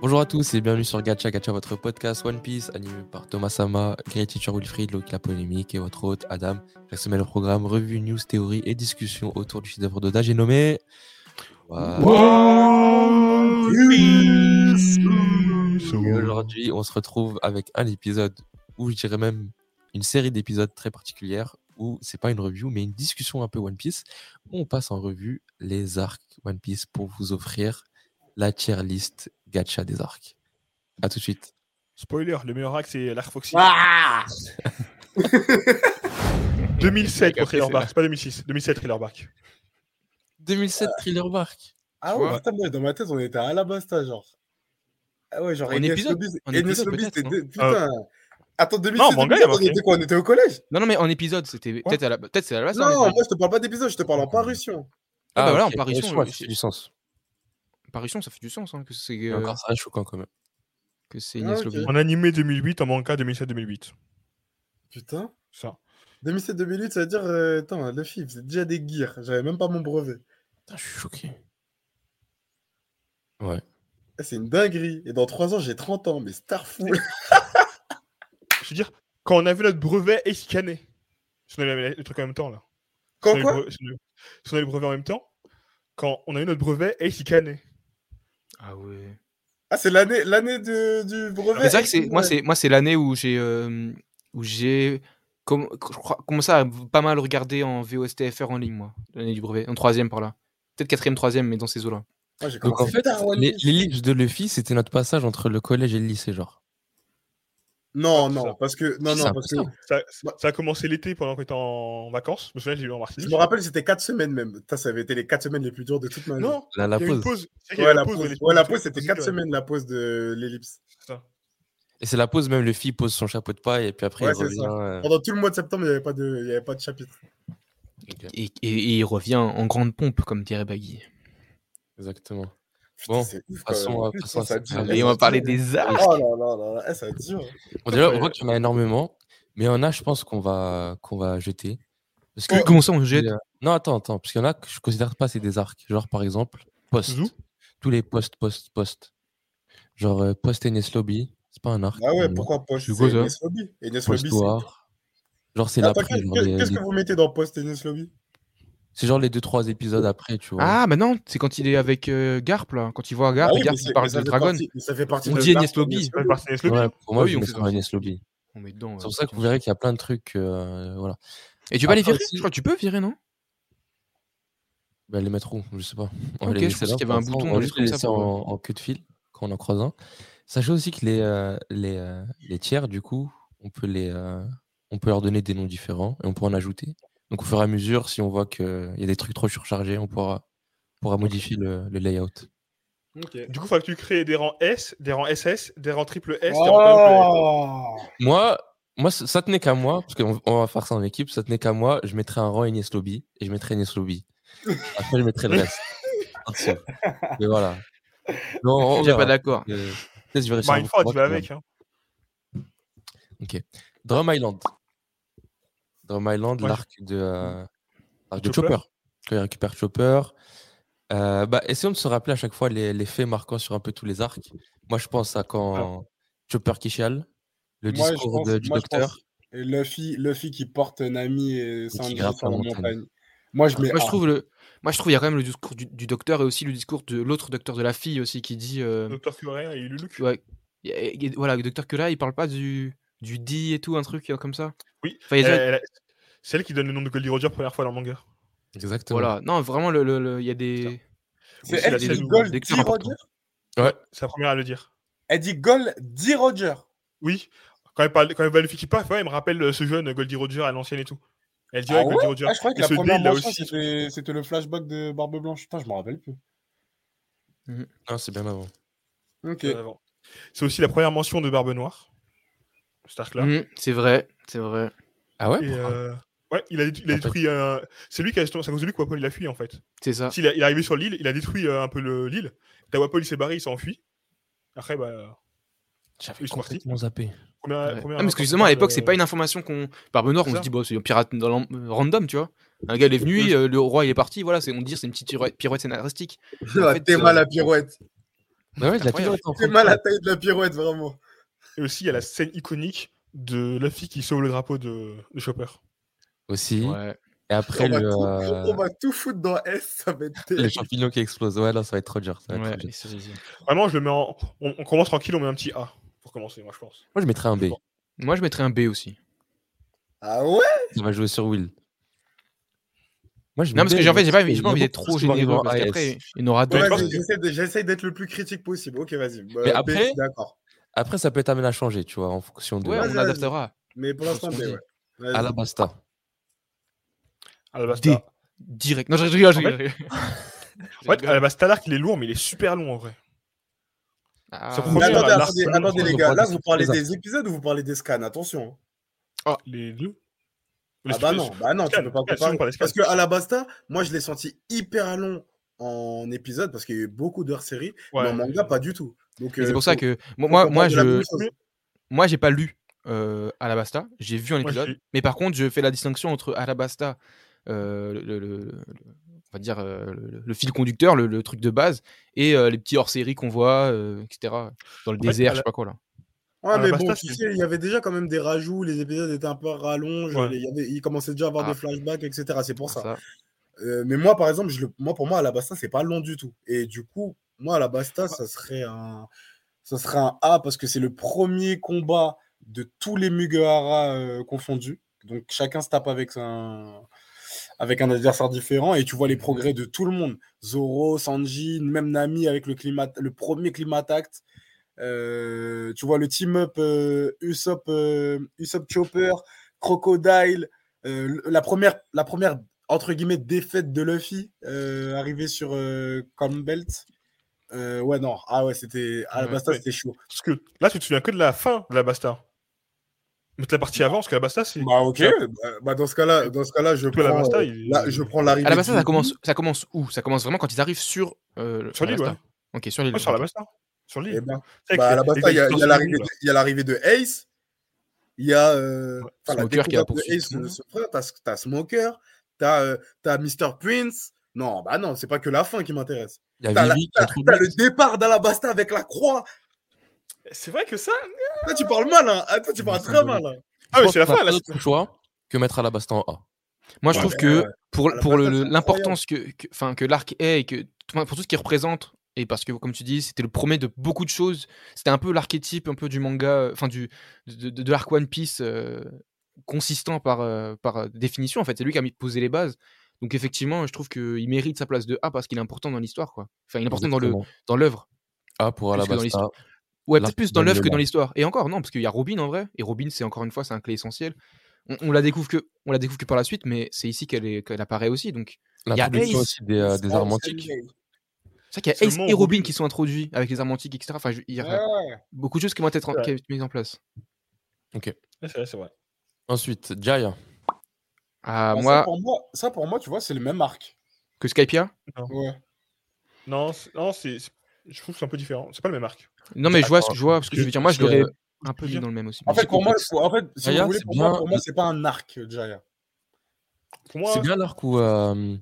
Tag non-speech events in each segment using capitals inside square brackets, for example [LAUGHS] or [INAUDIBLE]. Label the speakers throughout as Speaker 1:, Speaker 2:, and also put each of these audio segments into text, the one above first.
Speaker 1: Bonjour à tous et bienvenue sur Gacha Gacha, votre podcast One Piece animé par Thomas Sama, Great Teacher Wilfried, Loki La Polémique et votre hôte Adam. Chaque semaine au programme, revue, news, théorie et discussion autour du chef-d'œuvre d'Oda, j'ai nommé. Voilà.
Speaker 2: Ah
Speaker 1: Et aujourd'hui, on se retrouve avec un épisode, ou je dirais même une série d'épisodes très particulière, où c'est pas une review, mais une discussion un peu One Piece, où on passe en revue les arcs One Piece pour vous offrir la tier list gacha des arcs. À tout de suite.
Speaker 3: Spoiler, le meilleur hack c'est l'arc Foxy. [LAUGHS]
Speaker 2: Ah
Speaker 3: 2007
Speaker 4: Après,
Speaker 3: pour Trailer
Speaker 4: c'est
Speaker 3: Bark, c'est pas 2006, 2007 Trailer Bark.
Speaker 1: 2007 Thriller Bark.
Speaker 2: Ah
Speaker 4: Tu
Speaker 2: ouais,
Speaker 4: vois
Speaker 2: putain, moi, dans ma tête, on était à Alabasta, genre. Ah ouais, genre,
Speaker 1: En
Speaker 2: Enies
Speaker 1: épisode-
Speaker 2: Lobby,
Speaker 1: en
Speaker 2: Enies
Speaker 1: épisode
Speaker 2: Lobby,
Speaker 1: peut-être,
Speaker 2: c'était-
Speaker 1: non
Speaker 2: Putain. Attends, 2006,
Speaker 3: Non, en manga, il y a
Speaker 2: 2007, on
Speaker 3: marqué.
Speaker 2: était quoi On était au collège
Speaker 4: Non, non, mais en épisode, c'était peut-être à la... peut-être c'est à
Speaker 1: Ah,
Speaker 4: la base.
Speaker 2: Non,
Speaker 4: en
Speaker 2: moi,
Speaker 4: épisode.
Speaker 2: je te parle pas d'épisode, je te parle en parution.
Speaker 4: Ah, bah voilà,
Speaker 1: ok.
Speaker 4: en parution,
Speaker 1: Ouais,
Speaker 4: euh,
Speaker 1: c'est du sens.
Speaker 4: parution, ça fait du sens hein, que c'est
Speaker 1: Et
Speaker 4: euh,
Speaker 1: encore ça, choquant quand même.
Speaker 4: que c'est
Speaker 2: Ah,
Speaker 4: Inès
Speaker 2: ok.
Speaker 4: Lobby.
Speaker 3: En animé 2008, en manga 2007-2008.
Speaker 2: Putain.
Speaker 3: Ça.
Speaker 2: 2007-2008, ça veut dire. euh, Attends, le film, c'est déjà des gears. J'avais même pas mon brevet.
Speaker 1: Putain, je suis choqué.
Speaker 2: Eh, C'est une dinguerie. Et dans 3 ans, j'ai 30 ans, mais Starful.
Speaker 3: Je veux dire, quand on avait notre brevet et scanné, si on avait le truc en même temps là.
Speaker 2: Quand
Speaker 3: si, on avait
Speaker 2: quoi
Speaker 3: le brevet- si on avait- si on avait le brevet en même temps, quand on a eu notre brevet et scanné.
Speaker 4: Ah ouais.
Speaker 2: Ah, c'est l'année l'année de- du brevet.
Speaker 4: C'est vrai que c'est
Speaker 2: Ouais.
Speaker 4: moi c'est moi c'est l'année où j'ai euh, où j'ai com- je crois- commencé à pas mal regarder en VOSTFR en ligne moi, l'année du brevet, en troisième par là. Peut-être quatrième, troisième, mais dans ces eaux-là.
Speaker 2: Moi, Ah, j'ai
Speaker 1: Donc en
Speaker 2: commencé
Speaker 1: fait,
Speaker 2: tard, One
Speaker 1: les-
Speaker 2: Piece.
Speaker 1: l'ellipse de Luffy, c'était notre passage entre le collège et le lycée, genre.
Speaker 2: Non,
Speaker 3: C'est
Speaker 2: non,
Speaker 3: ça.
Speaker 2: parce que. Non,
Speaker 1: C'est
Speaker 2: non, parce que.
Speaker 1: impossible.
Speaker 3: Ça, ça a commencé l'été pendant qu'on était en vacances. Je me souviens, j'ai eu en
Speaker 2: Je
Speaker 3: Martinique.
Speaker 2: me rappelle, c'était 4 semaines même. Putain, ça avait été les 4 semaines les plus dures de toute ma vie.
Speaker 3: Non,
Speaker 1: La, la
Speaker 3: il y a eu une
Speaker 1: pause.
Speaker 3: pause. C'est vrai qu'il y a
Speaker 2: Ouais,
Speaker 3: eu
Speaker 2: la
Speaker 3: une
Speaker 2: pause,
Speaker 3: dans les-
Speaker 2: ouais, la pause, c'était 4
Speaker 3: ouais.
Speaker 2: semaines la pause de l'ellipse.
Speaker 3: C'est ça.
Speaker 1: Et c'est la pause, même Luffy pose son chapeau de paille et puis après
Speaker 2: Ouais,
Speaker 1: il
Speaker 2: c'est
Speaker 1: revient.
Speaker 2: ça.
Speaker 1: euh,
Speaker 2: Pendant tout le mois de septembre, il n'y avait, pas de- il y avait pas de chapitre.
Speaker 4: Et, et- et il revient en grande pompe comme dirait Baggy.
Speaker 1: Exactement.
Speaker 2: Putain,
Speaker 1: Bon,
Speaker 2: c'est ouf.
Speaker 1: passons
Speaker 2: quand
Speaker 1: à-
Speaker 2: même. Putain,
Speaker 1: passons à
Speaker 2: ça
Speaker 1: cette
Speaker 2: dure.
Speaker 1: série.
Speaker 4: Et on va parler des arcs.
Speaker 2: Oh là là là, là, eh, ça dure.
Speaker 1: Bon, déjà, on voit qu'il y en a énormément, mais il y en a, je pense qu'on va, qu'on va jeter. Parce
Speaker 2: Oh.
Speaker 1: que,
Speaker 4: Comment ça on jette
Speaker 1: euh, non, attends, attends, parce qu'il y en a que je considère pas c'est des arcs. Genre, par exemple, post.
Speaker 3: Zou
Speaker 1: Tous les postes, postes, postes. Genre, euh, post Enes Lobby, c'est pas un arc.
Speaker 2: Ah
Speaker 4: Mm.
Speaker 2: ouais,
Speaker 1: mais
Speaker 2: pourquoi poche
Speaker 4: C'est
Speaker 2: C'est
Speaker 4: quoi, ça
Speaker 2: Enes Lobby. Enes
Speaker 1: Post
Speaker 2: Lobby, c'est.
Speaker 1: War. Genre, c'est
Speaker 2: Attends,
Speaker 1: l'après.
Speaker 2: qu'est-
Speaker 1: genre,
Speaker 2: qu'est-
Speaker 1: les-
Speaker 2: Qu'est-ce
Speaker 1: les-
Speaker 2: que vous mettez dans post Enes Lobby
Speaker 1: C'est genre les 2-3 épisodes après, tu vois.
Speaker 4: Ah, bah non, c'est quand il est avec euh, Garp, là. Quand il voit Garp,
Speaker 2: Ah oui,
Speaker 4: Garp
Speaker 2: mais c'est-
Speaker 4: il parle
Speaker 2: mais ça
Speaker 4: de
Speaker 2: fait
Speaker 4: Dragon.
Speaker 2: partie- mais Ça fait partie
Speaker 4: On
Speaker 2: de
Speaker 4: dit
Speaker 2: l'arc
Speaker 4: Enes Lobby.
Speaker 2: Enes
Speaker 1: Ouais, pour moi,
Speaker 4: Ah oui,
Speaker 1: je
Speaker 4: on
Speaker 1: mets
Speaker 4: fait
Speaker 1: sur
Speaker 4: ça.
Speaker 1: Enes Lobby.
Speaker 4: On met dedans.
Speaker 1: C'est
Speaker 4: ouais,
Speaker 1: pour ça que
Speaker 4: tiens.
Speaker 1: vous verrez qu'il y a plein de trucs. euh, voilà.
Speaker 4: euh, Et tu vas
Speaker 2: Ah,
Speaker 4: les
Speaker 1: Après
Speaker 4: virer
Speaker 1: aussi-
Speaker 4: Je crois que tu peux virer, non
Speaker 1: Bah, les mettre où Je sais pas. On va
Speaker 4: Ok,
Speaker 1: les laisser
Speaker 4: je pensais
Speaker 1: là,
Speaker 4: qu'il y
Speaker 1: pour
Speaker 4: avait un
Speaker 1: l'instant,
Speaker 4: bouton,
Speaker 1: On va
Speaker 4: un
Speaker 1: juste
Speaker 4: truc
Speaker 1: les
Speaker 4: comme
Speaker 1: laisser
Speaker 4: ça
Speaker 1: en,
Speaker 4: pour-
Speaker 1: en queue de fil quand on en croise un. Sachez aussi que les, euh, les, euh, les tiers, du coup, on peut, les, euh, on peut leur donner des noms différents et on pourra en ajouter. Donc au fur et à mesure, si on voit qu'il y a des trucs trop surchargés, on pourra, pourra modifier le, le layout.
Speaker 2: Lobby.
Speaker 3: Du coup, il faut que tu crées des rangs S, des rangs SS, des rangs triple S, des rangs
Speaker 2: Oh
Speaker 1: Moi, moi ça ça tenait qu'à moi, parce qu'on on va faire ça en équipe, ça tenait qu'à moi, je mettrais un rang Ignace Lobby et je mettrais Ignace Lobby. Après, je mettrais le reste. en
Speaker 2: [LAUGHS]
Speaker 1: dessous. Mais voilà. Non,
Speaker 2: Oh,
Speaker 1: on
Speaker 4: J'ai pas
Speaker 1: verra.
Speaker 4: d'accord.
Speaker 1: Euh, peut-être je vais
Speaker 3: triple S.
Speaker 1: réussir
Speaker 3: Bah,
Speaker 1: à
Speaker 3: une
Speaker 1: vous
Speaker 3: fois, tu vas
Speaker 1: convaincre,
Speaker 3: avec. Hein.
Speaker 1: Drum Island. Drum Island,
Speaker 3: Ouais,
Speaker 1: l'arc de, euh, l'arc de Chopper.
Speaker 3: Chopper.
Speaker 1: Quand il récupère Chopper. Euh, bah, essayons de se rappeler à chaque fois les, les faits marquants sur un peu tous les arcs. Moi, je pense à quand Chopper qui chiale, le
Speaker 2: Moi, je
Speaker 1: discours
Speaker 2: pense-
Speaker 1: de- du
Speaker 2: moi, je pense-
Speaker 1: docteur.
Speaker 2: Et Luffy, Luffy qui porte Nami et
Speaker 1: qui
Speaker 2: Sanji
Speaker 1: grimpe
Speaker 2: sur
Speaker 1: la
Speaker 2: la
Speaker 1: montagne.
Speaker 2: montagne. Moi, je mets.
Speaker 4: Moi, je
Speaker 2: ah,
Speaker 4: trouve le. Moi, je trouve il y a quand même le discours du, du docteur et aussi le discours de l'autre docteur de la fille aussi qui dit. euh,
Speaker 3: Docteur Curé et Luluc.
Speaker 4: ouais, y a- y a- voilà, le docteur que là, il parle pas du du dit et tout, un truc euh, comme ça.
Speaker 3: Oui, euh,
Speaker 4: Enfin, il y a
Speaker 3: Elle-
Speaker 4: déjà-
Speaker 3: elle- C'est elle qui donne le nom de Goldie Roger première fois dans le manga.
Speaker 1: Exactement.
Speaker 4: voilà. Non, vraiment, le- le- le- il y a des.
Speaker 2: C'est
Speaker 3: Oui,
Speaker 2: elle
Speaker 3: la
Speaker 2: qui
Speaker 3: scène
Speaker 2: dit
Speaker 3: où-
Speaker 2: Gold
Speaker 4: dès que c'est
Speaker 2: D.
Speaker 4: important.
Speaker 2: Roger.
Speaker 3: C'est la première à le dire.
Speaker 2: Elle dit Gold D. Roger.
Speaker 3: Oui, quand elle, parle, quand elle voit Luffy qui passe, ouais, elle me rappelle euh, ce jeune Goldie Roger à l'ancienne et tout. Elle dit,
Speaker 2: Ah
Speaker 3: ouais,
Speaker 2: ouais
Speaker 3: Goldie Roger.
Speaker 2: Ah, je croyais que
Speaker 3: Et
Speaker 2: la
Speaker 3: ce dé,
Speaker 2: première
Speaker 3: il l'a
Speaker 2: mention,
Speaker 3: aussi.
Speaker 2: c'était c'était le flashback de Barbe Blanche. Putain, je m'en rappelle plus.
Speaker 4: Ah,
Speaker 1: Non, c'est bien avant.
Speaker 2: Ok. [LAUGHS]
Speaker 3: euh, avant. C'est aussi la première mention de Barbe Noire. Cet arc-là.
Speaker 4: Mhm, c'est vrai, c'est vrai.
Speaker 1: Ah ouais
Speaker 3: Et, euh, ouais, il a, détruit- il a
Speaker 1: En fait-
Speaker 3: détruit. euh, C'est lui qui a. C'est à cause de lui que Wapol il a fui en fait.
Speaker 4: C'est ça.
Speaker 3: Ah. S'il a- il est arrivé sur l'île, il a détruit euh, un peu le- l'île. T'as Wapol il s'est barré, il s'est enfui. Après, bah.
Speaker 1: J'avais
Speaker 3: ils sont partis.
Speaker 1: complètement zappé.
Speaker 3: Première,
Speaker 4: Ouais.
Speaker 3: première
Speaker 4: Ah, parce que justement à l'époque c'est
Speaker 3: euh,
Speaker 4: pas une information qu'on barbe noire
Speaker 3: c'est
Speaker 4: on se
Speaker 3: ça.
Speaker 4: dit bah c'est un pirate dans l'am- euh, random tu vois un gars il est venu euh, le roi il est parti voilà c'est on dit c'est une petite pirouette, pirouette scénaristique
Speaker 2: Ah,
Speaker 4: fait,
Speaker 2: Théma
Speaker 4: euh,
Speaker 2: la pirouette.
Speaker 1: Bah ouais, il a
Speaker 4: incroyable.
Speaker 1: toujours été en
Speaker 2: Fait
Speaker 1: train de-
Speaker 2: mal à la taille de la pirouette, vraiment.
Speaker 3: Et aussi, il y a la scène iconique de la fille qui sauve le drapeau de, de Chopper.
Speaker 1: aussi.
Speaker 4: Ouais.
Speaker 1: Et après,
Speaker 2: on, va
Speaker 1: le,
Speaker 2: tout,
Speaker 1: euh,
Speaker 2: on va tout foutre dans S, ça va être
Speaker 1: le
Speaker 2: terrible.
Speaker 1: champignon qui explose. Ouais, là, ça va être trop dur. ça va être
Speaker 4: Ouais,
Speaker 1: trop dur.
Speaker 4: c'est- c'est- c'est-
Speaker 3: Vraiment, je le mets en. On, on commence tranquille, on met un petit A pour commencer, moi, je pense.
Speaker 1: Moi, je mettrais un B.
Speaker 4: Moi, je mettrais un B aussi.
Speaker 2: Ah ouais
Speaker 1: Ça va jouer sur Will. Moi, je
Speaker 4: Non,
Speaker 1: mets
Speaker 4: parce
Speaker 1: B,
Speaker 4: que j'ai en fait, j'ai pas,
Speaker 1: il y a
Speaker 4: j'ai pas
Speaker 1: beaucoup
Speaker 4: envie d'être
Speaker 1: de
Speaker 4: trop
Speaker 1: choses qui vont
Speaker 4: généreux.
Speaker 1: arriver
Speaker 4: Parce
Speaker 1: en
Speaker 4: qu'après,
Speaker 1: AS.
Speaker 4: il y en aura
Speaker 2: Bon,
Speaker 4: d'autres.
Speaker 3: je pense
Speaker 2: vas-y,
Speaker 3: que-
Speaker 2: j'essaie de- J'essaye d'être le plus critique possible. Ok, vas-y. Bah,
Speaker 1: Mais
Speaker 2: B,
Speaker 1: après-
Speaker 2: D'accord.
Speaker 1: Après, ça peut être amené à changer, tu vois, en fonction de.
Speaker 4: Ouais,
Speaker 2: Vas-y,
Speaker 4: on
Speaker 2: vas-y.
Speaker 4: adaptera.
Speaker 2: Mais pour
Speaker 4: Je
Speaker 2: l'instant, B,
Speaker 4: pense qu'on
Speaker 2: ouais.
Speaker 4: dit.
Speaker 2: Vas-y.
Speaker 1: À la basta.
Speaker 3: Alabasta.
Speaker 4: D. Direct. Non, je rigole, je
Speaker 3: En
Speaker 4: rigole. je rigole.
Speaker 3: En fait, euh, Alabasta, l'arc, il est lourd, mais il est super long en vrai.
Speaker 4: Ah.
Speaker 3: ça prend-
Speaker 2: Mais
Speaker 3: Premier,
Speaker 2: attendez,
Speaker 3: bah,
Speaker 2: attendez,
Speaker 3: Larsen,
Speaker 2: attendez,
Speaker 1: on
Speaker 2: les
Speaker 1: va
Speaker 2: gars,
Speaker 1: parler
Speaker 2: là
Speaker 1: de
Speaker 2: vous parlez
Speaker 1: César.
Speaker 2: des épisodes ou vous parlez des scans Attention.
Speaker 3: Les deux
Speaker 2: Ah bah non, bah non, tu
Speaker 3: scans,
Speaker 2: peux pas
Speaker 3: scans,
Speaker 2: comparer.
Speaker 3: on parle des
Speaker 2: Parce que
Speaker 3: scans.
Speaker 2: à la Basta, moi je l'ai senti hyper long en épisode parce qu'il y a eu beaucoup d'heures série, mais en manga pas du tout. Donc
Speaker 4: Mais
Speaker 2: euh,
Speaker 4: C'est pour ça
Speaker 2: faut-
Speaker 4: que
Speaker 2: faut
Speaker 4: moi, moi,
Speaker 2: qu'on
Speaker 4: moi,
Speaker 2: parle de la
Speaker 4: je,
Speaker 2: même chose.
Speaker 4: moi, j'ai pas lu euh, Alabasta. J'ai vu un
Speaker 3: Moi,
Speaker 4: épisode.
Speaker 3: j'ai-
Speaker 4: Mais par contre, je fais la distinction entre Alabasta, euh, le, le- le- le- on va dire euh, le, le fil conducteur, le, le truc de base, et euh, les petits hors-séries qu'on voit, euh, etc. Dans le
Speaker 3: fait,
Speaker 4: désert,
Speaker 3: Ala-
Speaker 4: je sais pas quoi là.
Speaker 2: Ouais,
Speaker 3: à la
Speaker 2: mais
Speaker 3: Basta,
Speaker 2: bon, tu
Speaker 3: c'est-
Speaker 2: sais, il y avait déjà quand même des rajouts, les épisodes étaient un peu rallonges,
Speaker 3: Ouais.
Speaker 2: les- il y avait- il commençait déjà à avoir
Speaker 4: Ah.
Speaker 2: des flashbacks, etc. C'est pour ça.
Speaker 4: Ça.
Speaker 2: Euh, mais moi, par exemple, je le... moi, pour moi, à la Basta, c'est pas long du tout. Et du coup, moi, à la Basta, ça serait un, ça serait un A parce que c'est le premier combat de tous les Mugahara euh, confondus. Donc chacun se tape avec un, avec un adversaire différent et tu vois les progrès de tout le monde. Zoro, Sanji, même Nami avec le, climat... le premier Climatact. Euh, tu vois le team-up euh, Usopp, euh, Usopp Chopper, Crocodile, euh, l- la, première, la première entre guillemets défaite de Luffy euh, arrivée sur euh, Belt. ouais, non, ah ouais, c'était à la
Speaker 4: Ouais,
Speaker 2: basta,
Speaker 3: ouais.
Speaker 2: c'était chaud.
Speaker 3: Parce que là, tu te souviens que de la fin de la Basta. Mais de la partie avant, parce que la Basta, c'est.
Speaker 2: Bah, ok,
Speaker 3: c'est-
Speaker 2: bah, bah, dans ce cas-là, dans ce cas-là, je
Speaker 3: Parce que la
Speaker 2: prends,
Speaker 3: Basta,
Speaker 2: euh,
Speaker 3: il-
Speaker 2: là, je prends l'arrivée.
Speaker 4: Alabasta,
Speaker 2: du-
Speaker 4: ça commence, ça commence où Ça commence vraiment quand ils arrivent sur. euh,
Speaker 3: Sur l'île, ouais.
Speaker 4: Alabasta. Ok, sur l'île.
Speaker 3: Ouais, sur la Basta. Sur l'île.
Speaker 2: Eh ben,
Speaker 3: C'est
Speaker 2: bah, à
Speaker 3: avec
Speaker 2: la
Speaker 3: les- les
Speaker 2: basta, il y a-
Speaker 3: gars qui
Speaker 2: il y a
Speaker 3: sont
Speaker 2: l'arrivée
Speaker 3: sur
Speaker 2: de- il y a l'arrivée de Ace. Il y a euh,
Speaker 3: Ouais,
Speaker 2: enfin, la
Speaker 4: Smoker qui a
Speaker 2: découverte de
Speaker 4: poursuivi
Speaker 2: Ace,
Speaker 4: tout le
Speaker 2: euh,
Speaker 4: monde.
Speaker 2: son frère. T'as t'as Smoker, t'as euh, t'as Mr. Prince. Non, bah non, c'est pas que la fin qui m'intéresse.
Speaker 1: Il y
Speaker 2: T'as
Speaker 1: a
Speaker 2: la-
Speaker 1: Vivi qui
Speaker 2: t'as-
Speaker 1: trouve
Speaker 2: t'as le Ah, départ d'Alabasta avec la croix.
Speaker 3: l'île. C'est vrai que ça.
Speaker 2: Toi, tu parles mal, hein. Ah, Toi, tu
Speaker 1: Ouais,
Speaker 2: parles
Speaker 1: c'est
Speaker 2: très
Speaker 1: bon.
Speaker 2: mal. hein.
Speaker 3: Ah, mais c'est la fin,
Speaker 1: pas
Speaker 3: là.
Speaker 1: d'autre choix que mettre Alabasta en A.
Speaker 4: Moi, je
Speaker 3: Ouais,
Speaker 4: trouve
Speaker 2: mais,
Speaker 4: que
Speaker 2: euh,
Speaker 4: pour,
Speaker 2: à la
Speaker 4: pour le-
Speaker 2: base,
Speaker 4: le-
Speaker 2: c'est
Speaker 4: l'importance que, que, 'fin, que l'arc est et que, enfin, pour tout ce qu'il représente, et parce que, comme tu dis, c'était le premier de beaucoup de choses, c'était un peu l'archétype un peu du manga, euh, enfin, du, de, de- de l'arc One Piece euh, consistant par, euh, par euh, définition, en fait. C'est lui qui a mis- posé les bases. Donc, effectivement, je trouve qu'il mérite sa place de A parce qu'il est important dans l'histoire, quoi. Enfin, il est important dans le-
Speaker 1: Exactement.
Speaker 4: dans l'œuvre.
Speaker 1: A pour
Speaker 4: Plus que dans
Speaker 1: Alabasta.
Speaker 4: l'histoire. Ouais,
Speaker 1: L'arc
Speaker 4: peut-être plus dans
Speaker 1: donne le
Speaker 4: l'œuvre que dans
Speaker 1: monde.
Speaker 4: l'histoire. Et encore, non, parce qu'il y a Robin en vrai. Et Robin, c'est encore une fois, c'est un clé essentiel. On, on la découvre que, on la découvre que par la suite, mais c'est ici qu'elle est- qu'elle apparaît aussi. Donc, Il y a
Speaker 1: L'introduction
Speaker 4: Ace.
Speaker 1: aussi des, euh, des
Speaker 2: Ah,
Speaker 1: armes
Speaker 2: c'est
Speaker 1: antiques.
Speaker 2: le-
Speaker 4: c'est vrai qu'il y a
Speaker 3: Seulement
Speaker 4: Ace et Robin
Speaker 3: Robin.
Speaker 4: qui sont introduits avec les armes antiques, etc. Enfin, je- il y a
Speaker 2: Ouais.
Speaker 4: beaucoup de choses qui vont être,
Speaker 3: Ouais.
Speaker 4: qui vont être mises en place.
Speaker 3: Ouais, C'est vrai, c'est vrai.
Speaker 1: Ensuite, Jaya.
Speaker 4: Ah,
Speaker 2: Bah, ça,
Speaker 4: moi,
Speaker 2: pour moi, ça, pour moi, tu vois, c'est le même arc.
Speaker 4: que hein. Skypia
Speaker 2: Ouais.
Speaker 3: Non, c'est- non, c'est. c'est- Je trouve que c'est un peu différent. C'est pas le même arc.
Speaker 4: Non, mais je vois, ce
Speaker 1: Attends,
Speaker 4: que- je vois ce que je veux dire. Moi, je
Speaker 1: c'est,
Speaker 4: l'aurais
Speaker 1: euh,
Speaker 4: un peu mis dans le même aussi.
Speaker 2: En
Speaker 4: mais
Speaker 2: fait,
Speaker 4: c'est
Speaker 2: pour moi,
Speaker 4: complexe.
Speaker 2: faut- en fait, si
Speaker 1: Jaya,
Speaker 2: vous voulez,
Speaker 1: c'est
Speaker 2: pour moi,
Speaker 1: bien-
Speaker 2: pour moi, c'est pas un arc, euh, Jaya.
Speaker 3: Pour moi,
Speaker 1: C'est bien l'arc où, euh,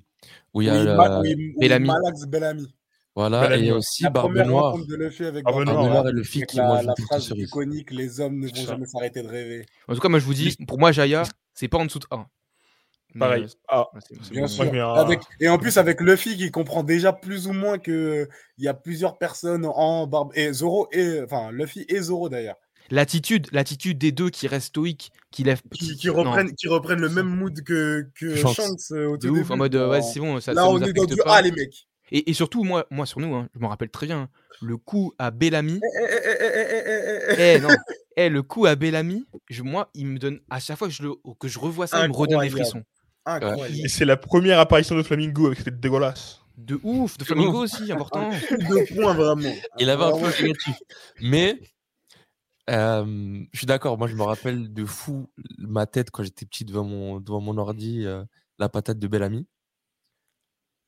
Speaker 1: où il y a.
Speaker 2: Oui,
Speaker 1: la-
Speaker 2: Ma- oui, oui,
Speaker 4: Bellamy.
Speaker 2: Malax Bellamy.
Speaker 1: Voilà,
Speaker 3: Bellamy,
Speaker 1: et
Speaker 3: ouais.
Speaker 1: aussi
Speaker 2: la
Speaker 1: Barbe
Speaker 2: première
Speaker 1: Noire.
Speaker 2: rencontre de Luffy avec Barbe
Speaker 3: Barbe
Speaker 1: Barbe
Speaker 3: Noire,
Speaker 1: Noire
Speaker 2: Noire,
Speaker 1: et le flic
Speaker 2: avec
Speaker 1: qui
Speaker 2: la,
Speaker 1: mange
Speaker 2: la
Speaker 1: une tarte
Speaker 2: phrase
Speaker 1: cerise.
Speaker 2: iconique les hommes ne
Speaker 3: C'est
Speaker 2: vont
Speaker 3: ça.
Speaker 2: jamais s'arrêter de rêver.
Speaker 4: En tout cas, moi, je vous dis, pour moi, Jaya, c'est pas en dessous de euh, 1.
Speaker 3: pareil. Ah,
Speaker 2: Bien
Speaker 3: bon,
Speaker 2: sûr.
Speaker 3: moi, je mets un-
Speaker 2: Avec- et en plus avec Luffy qui comprend déjà plus ou moins que euh, il y a plusieurs personnes en barbe et Zoro et enfin Luffy et Zoro d'ailleurs
Speaker 4: L'attitude, l'attitude des deux qui reste stoïque, qui lève.
Speaker 2: qui, qui
Speaker 4: Non,
Speaker 2: reprennent qui reprennent le même mood que, que
Speaker 1: Shanks.
Speaker 2: Shanks euh, au
Speaker 4: de
Speaker 2: tout
Speaker 4: ouf,
Speaker 2: début.
Speaker 4: en mode, euh, ouais, c'est bon, ça,
Speaker 2: Là
Speaker 4: ça
Speaker 2: on
Speaker 4: nous
Speaker 2: est dans
Speaker 4: affecte
Speaker 2: du
Speaker 4: pas.
Speaker 2: A les mecs.
Speaker 4: Et, et surtout, moi, moi sur nous, hein, je m'en rappelle très bien, le coup à Bellamy.
Speaker 2: Eh, eh, eh, eh, eh, eh, eh, eh.
Speaker 4: Eh non Eh, le coup à Bellamy, je, moi, il me donne. À chaque fois que je, le, que je revois ça, il me redonne des
Speaker 2: Incroyable.
Speaker 4: frissons.
Speaker 2: Incroyable.
Speaker 3: Et c'est la première apparition de Flamingo avec cette dégueulasse.
Speaker 4: De ouf De Flamingo aussi, important
Speaker 2: Deux points
Speaker 4: [LAUGHS]
Speaker 2: vraiment.
Speaker 1: Il avait un
Speaker 2: Alors,
Speaker 1: peu
Speaker 2: ouais,
Speaker 1: négatif. Mais euh, je suis d'accord, moi je me rappelle de fou ma tête quand j'étais petit devant mon, devant mon ordi, euh, la patate de Bellamy.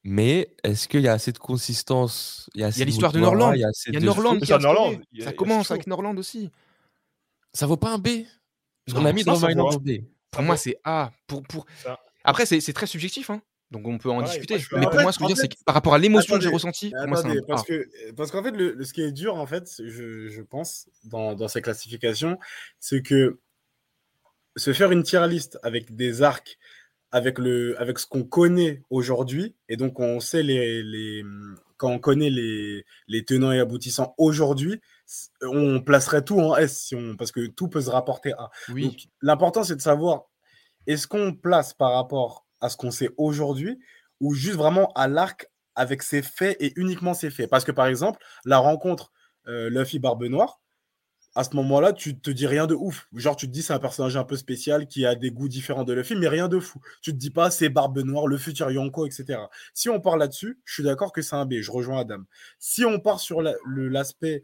Speaker 1: Mais est-ce qu'il y a assez de consistance
Speaker 4: Il y a l'histoire de Norland. Il y a Norland qui
Speaker 3: C'est
Speaker 4: a
Speaker 3: en Irlande,
Speaker 4: instauré.
Speaker 3: il y a- il y
Speaker 4: Ça
Speaker 3: a
Speaker 4: commence
Speaker 3: chaud.
Speaker 4: avec Norland aussi.
Speaker 1: Ça vaut pas un B
Speaker 4: Non,
Speaker 1: On a mis
Speaker 3: non,
Speaker 1: dans
Speaker 3: ça
Speaker 1: Norland
Speaker 3: vaut
Speaker 1: en B.
Speaker 4: Pour moi, c'est A. Pour, pour...
Speaker 3: Ça.
Speaker 4: Après, c'est c'est très subjectif. Hein. Donc on peut en
Speaker 3: Ouais,
Speaker 4: discuter.
Speaker 3: moi, je suis-
Speaker 4: mais
Speaker 2: en
Speaker 4: pour
Speaker 2: fait-
Speaker 4: moi, ce que je
Speaker 2: en
Speaker 4: veux dire, c'est
Speaker 2: fait-
Speaker 4: que par rapport à l'émotion que j'ai
Speaker 2: Attendez,
Speaker 4: ressentie,
Speaker 2: Mais
Speaker 4: pour moi, c'est un
Speaker 2: attendez, parce
Speaker 4: art.
Speaker 2: que parce qu'en fait le, le- ce qui est dur en fait, c'est- je, je pense dans, dans ces classifications, c'est que se faire une tier list avec des arcs, avec le avec ce qu'on connaît aujourd'hui, et donc on sait les, les quand on connaît les, les tenants et aboutissants aujourd'hui, c- on placerait tout en S si on, parce que tout peut se rapporter à.
Speaker 4: ah, Oui,
Speaker 2: Donc, l'important, c'est de savoir est-ce qu'on place par rapport à ce qu'on sait aujourd'hui ou juste vraiment à l'arc avec ses faits et uniquement ses faits. Parce que par exemple, la rencontre euh, Luffy Barbe Noire, à ce moment-là, tu te dis rien de ouf. Genre, tu te dis c'est un personnage un peu spécial qui a des goûts différents de Luffy, mais rien de fou. Tu te dis pas c'est Barbe Noire, le futur Yonko, etc. Si on part là-dessus, je suis d'accord que c'est un B, je rejoins Adam. Si on part sur la- le- l'aspect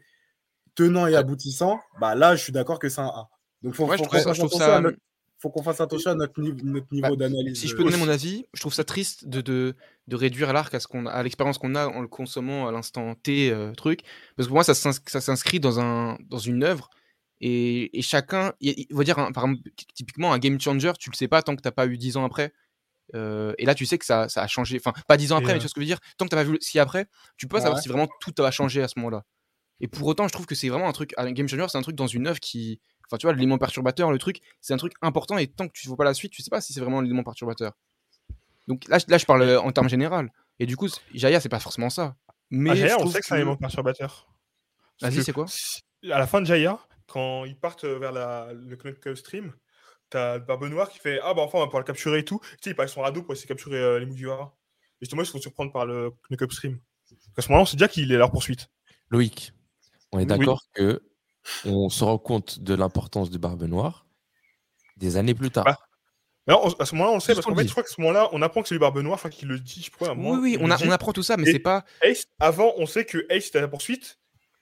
Speaker 2: tenant et aboutissant, bah là, je suis d'accord que c'est un A. Donc, faut,
Speaker 4: Ouais, je
Speaker 2: faut
Speaker 4: trouve
Speaker 2: qu'on
Speaker 4: ça-
Speaker 2: fasse
Speaker 4: je trouve
Speaker 2: attention à
Speaker 4: ça. hum,
Speaker 2: notre- faut qu'on fasse attention à notre, nive- notre niveau
Speaker 4: Bah,
Speaker 2: d'analyse. euh,
Speaker 4: Si je peux donner mon avis, je trouve ça triste de, de, de réduire l'arc à, ce qu'on- à l'expérience qu'on a en le consommant à l'instant T, euh, truc. Parce que pour moi, ça s'ins- ça s'inscrit dans, un, dans une œuvre. Et, et chacun, il il- on va dire, un- par exemple, ty- typiquement, un game changer, tu le sais pas tant que t'as pas eu 10 ans après. Euh, et là, tu sais que ça, ça a changé. Enfin, pas 10
Speaker 3: Et,
Speaker 4: ans après, mais
Speaker 3: euh,
Speaker 4: tu vois ce que je veux dire. Tant que t'as pas vu ce qu'il y a après, tu peux pas savoir
Speaker 2: Ouais.
Speaker 4: si vraiment tout a changé à ce moment-là. Et pour autant, je trouve que c'est vraiment un truc. Un game changer, c'est un truc dans une œuvre qui. Enfin, tu vois, l'élément perturbateur, le truc, c'est un truc important. Et tant que tu vois pas la suite, tu sais pas si c'est vraiment l'élément perturbateur. Donc là, je- là, je parle euh, en termes général. Et du coup, c- Jaya, c'est pas forcément ça. Mais
Speaker 3: Ah,
Speaker 4: je
Speaker 3: Jaya, on
Speaker 4: trouve
Speaker 3: sait que c'est un élément perturbateur. Parce
Speaker 4: Vas-y,
Speaker 3: que
Speaker 4: c'est quoi
Speaker 3: À la fin de Jaya, quand ils partent euh, vers la- le Connect Stream, t'as Barbe Noire qui fait Ah bah enfin on va pouvoir le capturer et tout. Tu sais, il part avec son radeau pour essayer de capturer euh, les Mugiwara. Et Justement, ils se font surprendre par le Connect Stream. À ce moment-là, on sait déjà qu'il est à leur poursuite.
Speaker 1: Loïc, on est
Speaker 3: Oui.
Speaker 1: d'accord que on se rend compte de l'importance de Barbe Noire des années plus tard.
Speaker 3: Bah, Mais alors, on- à ce moment-là, on le sait,
Speaker 1: Juste
Speaker 3: parce
Speaker 1: on
Speaker 3: qu'en
Speaker 1: le
Speaker 3: fait,
Speaker 1: dit.
Speaker 3: je crois que ce moment-là, on apprend que c'est lui Barbe Noire, je crois qu'il le dit, je crois. à un
Speaker 4: Oui,
Speaker 3: moment,
Speaker 4: oui,
Speaker 3: il
Speaker 4: on,
Speaker 3: le
Speaker 4: a-
Speaker 3: dit.
Speaker 4: on apprend tout ça, mais
Speaker 3: Et-
Speaker 4: c'est pas.
Speaker 3: Ace, avant, on sait que Ace était à la poursuite.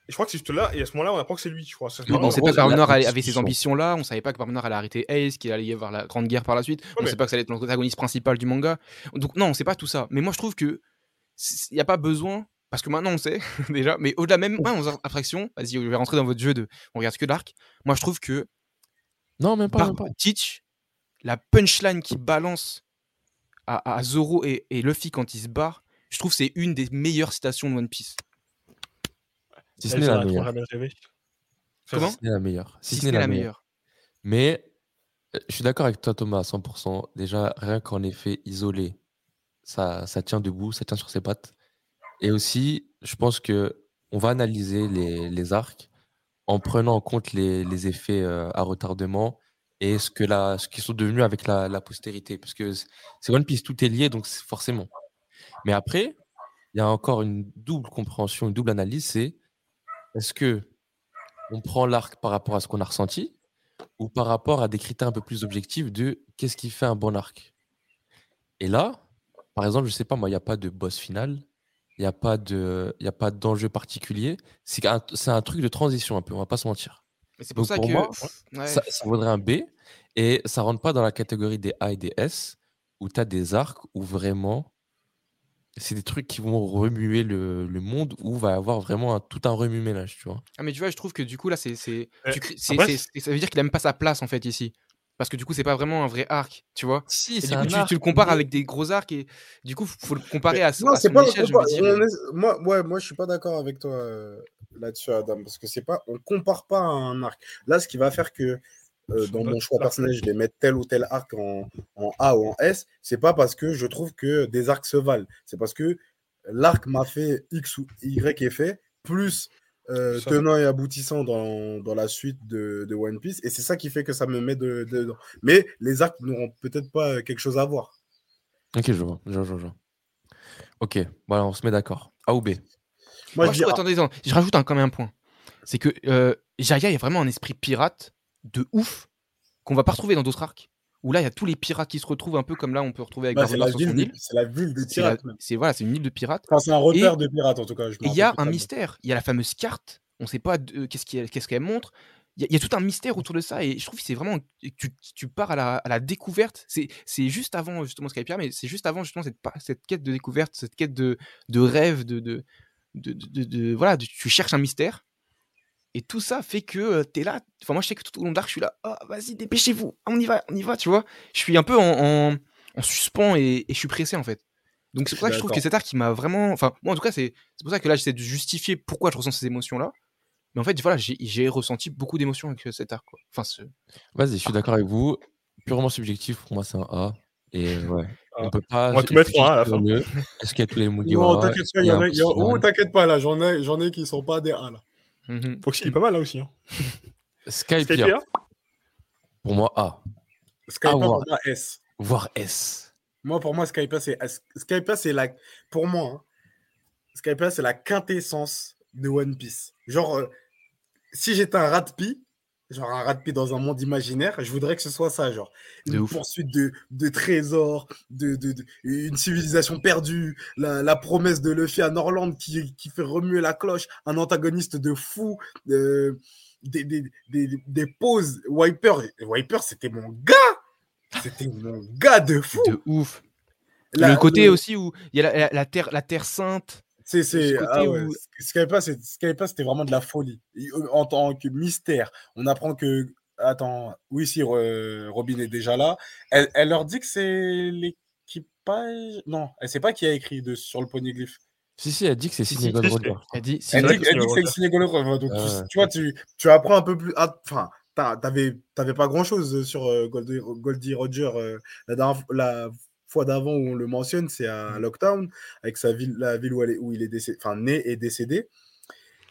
Speaker 3: Et je crois que c'est juste là, et à ce moment-là, on apprend que c'est lui, je crois. C'est à
Speaker 1: Mais
Speaker 3: ce
Speaker 4: on
Speaker 3: moment-là,
Speaker 1: en
Speaker 4: ne sait
Speaker 1: gros,
Speaker 4: pas que Barbe
Speaker 1: la
Speaker 4: Noire elle- avait ses
Speaker 1: constitution.
Speaker 4: ambitions-là, on savait pas que Barbe Noire allait arrêter Ace, qu'il allait y avoir la Grande Guerre par la suite, on
Speaker 3: mais-
Speaker 4: sait pas que ça allait être l'antagoniste principal du manga. Donc non, on sait pas tout ça. Mais moi, je trouve que il n'y a pas besoin, parce que maintenant on sait [LAUGHS] déjà, mais au-delà même, ouais, on attraction, vas-y, je vais rentrer dans votre jeu de on regarde que l'arc. Moi, je trouve que
Speaker 1: Non, même pas.
Speaker 4: Barbe
Speaker 1: même pas.
Speaker 4: Teach, la punchline qui balance à, à Zoro et, et Luffy quand ils se barrent, je trouve que c'est une des meilleures citations de One Piece.
Speaker 1: Si
Speaker 4: Bah,
Speaker 3: Ace
Speaker 1: ce n'est
Speaker 3: n'arrêtera
Speaker 1: la meilleure.
Speaker 3: jamais de rêver.
Speaker 4: euh. Comment
Speaker 1: Si ce n'est la meilleure.
Speaker 4: Si ce n'est la meilleure.
Speaker 1: Mais euh, je suis d'accord avec toi, Thomas, à 100%. Déjà, rien qu'en effet isolé, ça, ça tient debout, ça tient sur ses pattes. Et aussi, je pense que on va analyser les, les arcs en prenant en compte les, les effets euh, à retardement et ce que la, ce qu'ils sont devenus avec la, la postérité. Parce que c- c'est One Piece, tout est lié, donc c'est forcément. Mais après, il y a encore une double compréhension, une double analyse, c'est est-ce que on prend l'arc par rapport à ce qu'on a ressenti ou par rapport à des critères un peu plus objectifs de qu'est-ce qui fait un bon arc. Et là, par exemple, je sais pas, moi, il n'y a pas de boss final, il n'y a pas de, il y a pas d'enjeu particulier. C'est un, c'est un truc de transition un peu, on va pas se mentir.
Speaker 4: Mais c'est pour
Speaker 1: Donc,
Speaker 4: ça
Speaker 1: pour
Speaker 4: que.
Speaker 1: moi,
Speaker 4: Ouais.
Speaker 1: Ça, ça vaudrait un B et ça rentre pas dans la catégorie des A et des S où tu as des arcs où vraiment c'est des trucs qui vont remuer le, le monde où va y avoir vraiment un- tout un remue-ménage, tu vois.
Speaker 4: Ah mais tu vois, je trouve que du coup là, c'est c'est
Speaker 3: Euh,
Speaker 4: tu crées- c'est-
Speaker 3: après,
Speaker 4: c'est- c'est- ça veut dire qu'il a même pas sa place en fait ici, parce que du coup c'est pas vraiment un vrai arc, tu vois.
Speaker 1: Si,
Speaker 4: Et du coup, tu, tu le compares avec des gros arcs et du coup faut le comparer à, son-
Speaker 2: Non,
Speaker 4: à
Speaker 2: c'est
Speaker 4: son
Speaker 2: pas. euh,
Speaker 4: échelle,
Speaker 2: on
Speaker 4: je
Speaker 2: compare-
Speaker 4: veux dire.
Speaker 2: on est- moi, ouais, moi, je suis pas d'accord avec toi euh, là-dessus, Adam, parce que c'est pas. On compare pas à un arc. Là, ce qui va faire que euh, dans mon choix personnel, je vais mettre tel ou tel arc en, en A ou en S, c'est pas parce que je trouve que des arcs se valent. C'est parce que l'arc m'a fait X ou Y effet, plus euh,
Speaker 3: Ça.
Speaker 2: tenant et aboutissant dans, dans la suite de, de One Piece. Et c'est ça qui fait que ça me met de, dedans. Mais les arcs n'auront peut-être pas euh, quelque chose à voir.
Speaker 1: Ok, je vois, je vois, je vois, je vois. Ok, voilà, on se met d'accord. A ou B
Speaker 2: Moi,
Speaker 4: Moi,
Speaker 2: je
Speaker 4: je
Speaker 2: dis
Speaker 4: trouve-
Speaker 2: A.
Speaker 4: attendez, attendez, je rajoute un, quand même un point. C'est que euh, Jaya est vraiment un esprit pirate de ouf qu'on va pas retrouver dans d'autres arcs. Où là, il y a tous les pirates qui se retrouvent un peu comme là, on peut retrouver avec
Speaker 2: Bah,
Speaker 4: Barbe
Speaker 2: c'est
Speaker 4: Noire
Speaker 2: la,
Speaker 4: sur son
Speaker 2: ville
Speaker 4: île.
Speaker 2: des- c'est la ville des
Speaker 4: C'est la-
Speaker 2: pirates. même.
Speaker 4: C'est voilà, c'est une île de pirates.
Speaker 2: Enfin, c'est un repère de pirates, en tout cas. je me
Speaker 4: Et il y a
Speaker 2: rappelle
Speaker 4: un
Speaker 2: plus de ça.
Speaker 4: mystère. Il y a la fameuse carte. On ne sait pas de- euh, qu'est-ce qu'elle qu'est-ce qu'elle montre. Il y, a- il y a tout un mystère autour de ça. Et je trouve que c'est vraiment. Tu, tu pars à la, à la découverte. C'est c'est juste avant, justement, Skype, mais c'est juste avant, justement, cette, pa- cette quête de découverte, cette quête de, de rêve, de. de, de, de- de- de- voilà, de- tu cherches un mystère. Et tout ça fait que tu es là. Enfin, moi, je sais que tout au long de l'arc, je suis là. Oh, vas-y, dépêchez-vous. On y va, on y va, tu vois. Je suis un peu en, en- en suspens et, et je suis pressé, en fait. Donc c'est pour ça que je trouve que
Speaker 2: D'accord.
Speaker 4: cet arc qui m'a vraiment. Enfin, moi en tout cas, c'est c'est pour ça que là, j'essaie de justifier pourquoi je ressens ces émotions-là. Mais en fait, voilà, j'ai- j'ai ressenti beaucoup d'émotions avec euh, cet arc. Quoi. Enfin, ce-
Speaker 1: Vas-y, je suis d'accord avec vous. Purement subjectif, pour moi, c'est un A. Et ouais.
Speaker 3: Ah.
Speaker 1: On peut pas.
Speaker 3: On va tout mettre en A à la fin.
Speaker 1: mieux. Est-ce qu'il y a tous
Speaker 2: [LAUGHS]
Speaker 1: les Mugiwara
Speaker 2: Non, t'inquiète pas, il y en a. il y a- Oh, t'inquiète pas, là, j'en ai, j'en ai qui sont pas des A, là.
Speaker 4: Mhm.
Speaker 3: Foxy, il est pas mal là aussi. Hein.
Speaker 1: Skype,
Speaker 3: Skype,
Speaker 2: hein?
Speaker 3: là
Speaker 1: pour moi, A.
Speaker 2: Skype,
Speaker 1: Ah, ouais.
Speaker 2: pour moi, S.
Speaker 1: Voire S.
Speaker 2: Moi, pour moi, Skype, c'est euh, Skype, c'est la pour moi, hein, Skype, c'est la quintessence de One Piece. Genre, euh, si j'étais un rat de pie, genre un rat de pie dans un monde imaginaire, je voudrais que ce soit ça, genre
Speaker 4: De
Speaker 2: une
Speaker 4: ouf.
Speaker 2: poursuite de, de trésors, de, de- de- une civilisation perdue, la, la promesse de Luffy à Norland qui, qui fait remuer la cloche, un antagoniste de fou, euh, des, des, des, des poses, Wiper, Wiper, c'était mon gars, c'était mon gars de fou.
Speaker 4: De ouf.
Speaker 2: La-
Speaker 4: le côté aussi où il y a la, la- la terre, la terre sainte.
Speaker 2: C'est, c'est,
Speaker 4: côté
Speaker 2: ah ouais,
Speaker 4: où-
Speaker 2: Skype, c'est, Skype, c'était vraiment de la folie. Et, euh, En tant que mystère, on apprend que. Attends, oui, si euh, Robin est déjà là, elle, elle leur dit que c'est l'équipage. Non, elle sait pas qui a écrit de, sur le ponyglyphe.
Speaker 1: Si, si, elle dit que c'est
Speaker 4: Si,
Speaker 1: Sidney
Speaker 4: si,
Speaker 3: si,
Speaker 1: Goldwater.
Speaker 4: Elle dit, si
Speaker 2: Elle
Speaker 3: vrai
Speaker 2: dit,
Speaker 3: que
Speaker 2: elle
Speaker 3: c'est
Speaker 2: dit que c'est le Sénégalais. ouais, Donc,
Speaker 1: Ah
Speaker 2: tu,
Speaker 1: ouais.
Speaker 2: tu vois, tu, tu apprends un peu plus. ah, Enfin, t'as- t'avais t'avais pas grand chose sur euh, Goldie, Goldie Roger euh, la, dernière f- la fois d'avant où on le mentionne, c'est à
Speaker 1: Mmh.
Speaker 2: Lockdown, avec sa ville, la ville où, elle est, où il est décédé, enfin, né et décédé